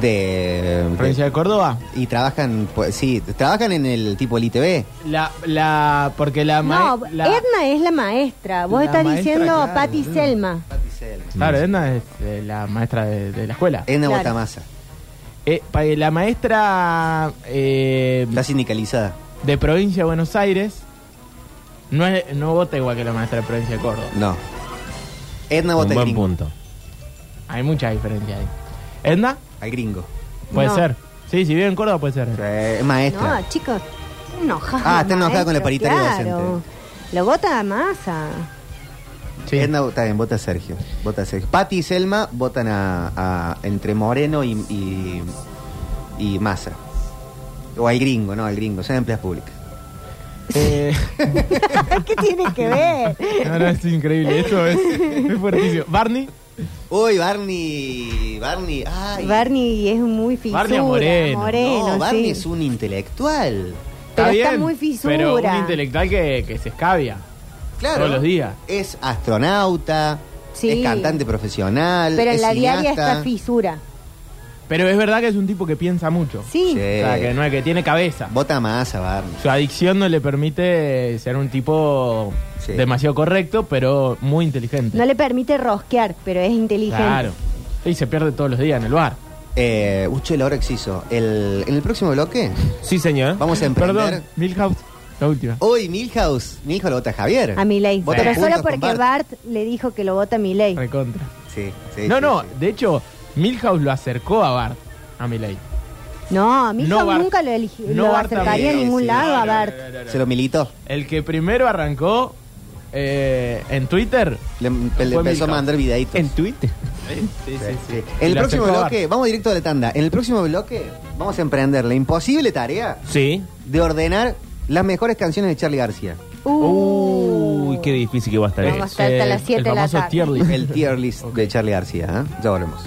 Speaker 1: De,
Speaker 5: ¿Provincia
Speaker 1: de-
Speaker 5: de Córdoba?
Speaker 1: y trabajan, pues, sí, trabajan en el tipo el ITV.
Speaker 5: La, la, porque la, ma-
Speaker 3: No,
Speaker 5: la-
Speaker 3: Edna es la maestra. Vos
Speaker 5: La
Speaker 3: estás
Speaker 5: maestra,
Speaker 3: diciendo
Speaker 5: claro,
Speaker 3: Patti
Speaker 5: boludo.
Speaker 3: Selma.
Speaker 5: Claro, Edna es eh, la maestra de, de la escuela.
Speaker 1: Edna
Speaker 3: Claro.
Speaker 1: Botamasa,
Speaker 5: Eh, pa- eh, la maestra eh,
Speaker 1: está sindicalizada.
Speaker 5: de provincia de Buenos Aires no, es, no vota igual que la maestra de provincia de Córdoba.
Speaker 1: No. Edna
Speaker 2: Un
Speaker 1: vota al
Speaker 2: buen
Speaker 1: gringo.
Speaker 2: punto.
Speaker 5: Hay mucha diferencia ahí. ¿Edna?
Speaker 1: Al gringo.
Speaker 5: Puede
Speaker 3: No.
Speaker 5: ser. Sí, si vive en Córdoba puede ser.
Speaker 1: Eh, es maestra.
Speaker 3: No, chicos, enojada.
Speaker 1: Ah, está enojada con la paritaria docente.
Speaker 3: Lo vota a Massa.
Speaker 5: Sí.
Speaker 1: Edna vota- también vota a Sergio. Vota a Sergio. Pati y Selma votan a, a- entre Moreno y, y, y Massa. O al gringo, no, al gringo. Son empleadas públicas.
Speaker 5: Eh,
Speaker 3: ¿Qué tiene que ver?
Speaker 5: no, no, es increíble. Esto es, es fuertísimo. Barney.
Speaker 1: Uy, Barney. Barney. Ay.
Speaker 3: Barney es muy fisura.
Speaker 5: Barney es moreno.
Speaker 1: No, Barney
Speaker 3: sí.
Speaker 1: es un intelectual.
Speaker 3: Pero está
Speaker 5: bien,
Speaker 3: muy fisura.
Speaker 5: Pero un intelectual que, que se escabia.
Speaker 1: Claro.
Speaker 5: Todos los días.
Speaker 1: Es astronauta.
Speaker 3: Sí.
Speaker 1: Es cantante profesional.
Speaker 3: Pero en
Speaker 1: es
Speaker 3: la diaria
Speaker 1: cineasta.
Speaker 3: está fisura.
Speaker 5: Pero es verdad que es un tipo que piensa mucho.
Speaker 3: Sí.
Speaker 1: Sí.
Speaker 5: O sea, que no es que tiene cabeza.
Speaker 1: Vota más a Barney.
Speaker 5: Su adicción no le permite ser un tipo
Speaker 1: Sí.
Speaker 5: demasiado correcto, pero muy inteligente.
Speaker 3: No le permite rosquear, pero es inteligente.
Speaker 5: Claro. Y se pierde todos los días en el bar.
Speaker 1: Eh, Ucho, la hora exciso. El, en el próximo bloque
Speaker 2: Sí, señor.
Speaker 1: vamos a emprender.
Speaker 5: Perdón, Milhouse, la última.
Speaker 1: Hoy Milhouse, Milhouse lo vota Javier.
Speaker 3: A Milei.
Speaker 1: Vota
Speaker 3: Pero
Speaker 1: juntos
Speaker 3: solo
Speaker 1: con
Speaker 3: porque Bart.
Speaker 1: Bart.
Speaker 3: le dijo que lo vota Milei.
Speaker 5: Recontra.
Speaker 1: Sí, sí,
Speaker 5: No,
Speaker 1: sí,
Speaker 5: no,
Speaker 1: sí.
Speaker 5: de hecho, Milhouse lo acercó a Bart, a Miley.
Speaker 3: No, a mí
Speaker 5: No, Bart.
Speaker 3: nunca lo, eligió,
Speaker 5: No,
Speaker 3: lo
Speaker 5: Bart
Speaker 3: acercaría a
Speaker 1: también.
Speaker 3: ningún
Speaker 1: Sí,
Speaker 3: lado a Bart.
Speaker 1: Se lo militó.
Speaker 5: El que primero arrancó eh, en Twitter.
Speaker 1: Le, le empezó
Speaker 5: Milhouse.
Speaker 1: a mandar videitos.
Speaker 5: Twitter.
Speaker 1: Sí, sí. En el próximo bloque, vamos directo a la tanda. En el próximo bloque vamos a emprender la imposible tarea
Speaker 2: Sí.
Speaker 1: de ordenar las mejores canciones de Charlie García.
Speaker 3: Uh.
Speaker 2: Uy, qué difícil que va a estar eso.
Speaker 3: No, va
Speaker 5: Eh,
Speaker 3: a estar hasta las siete de la tarde.
Speaker 1: El tier list de Charlie García. ¿eh? Ya volvemos.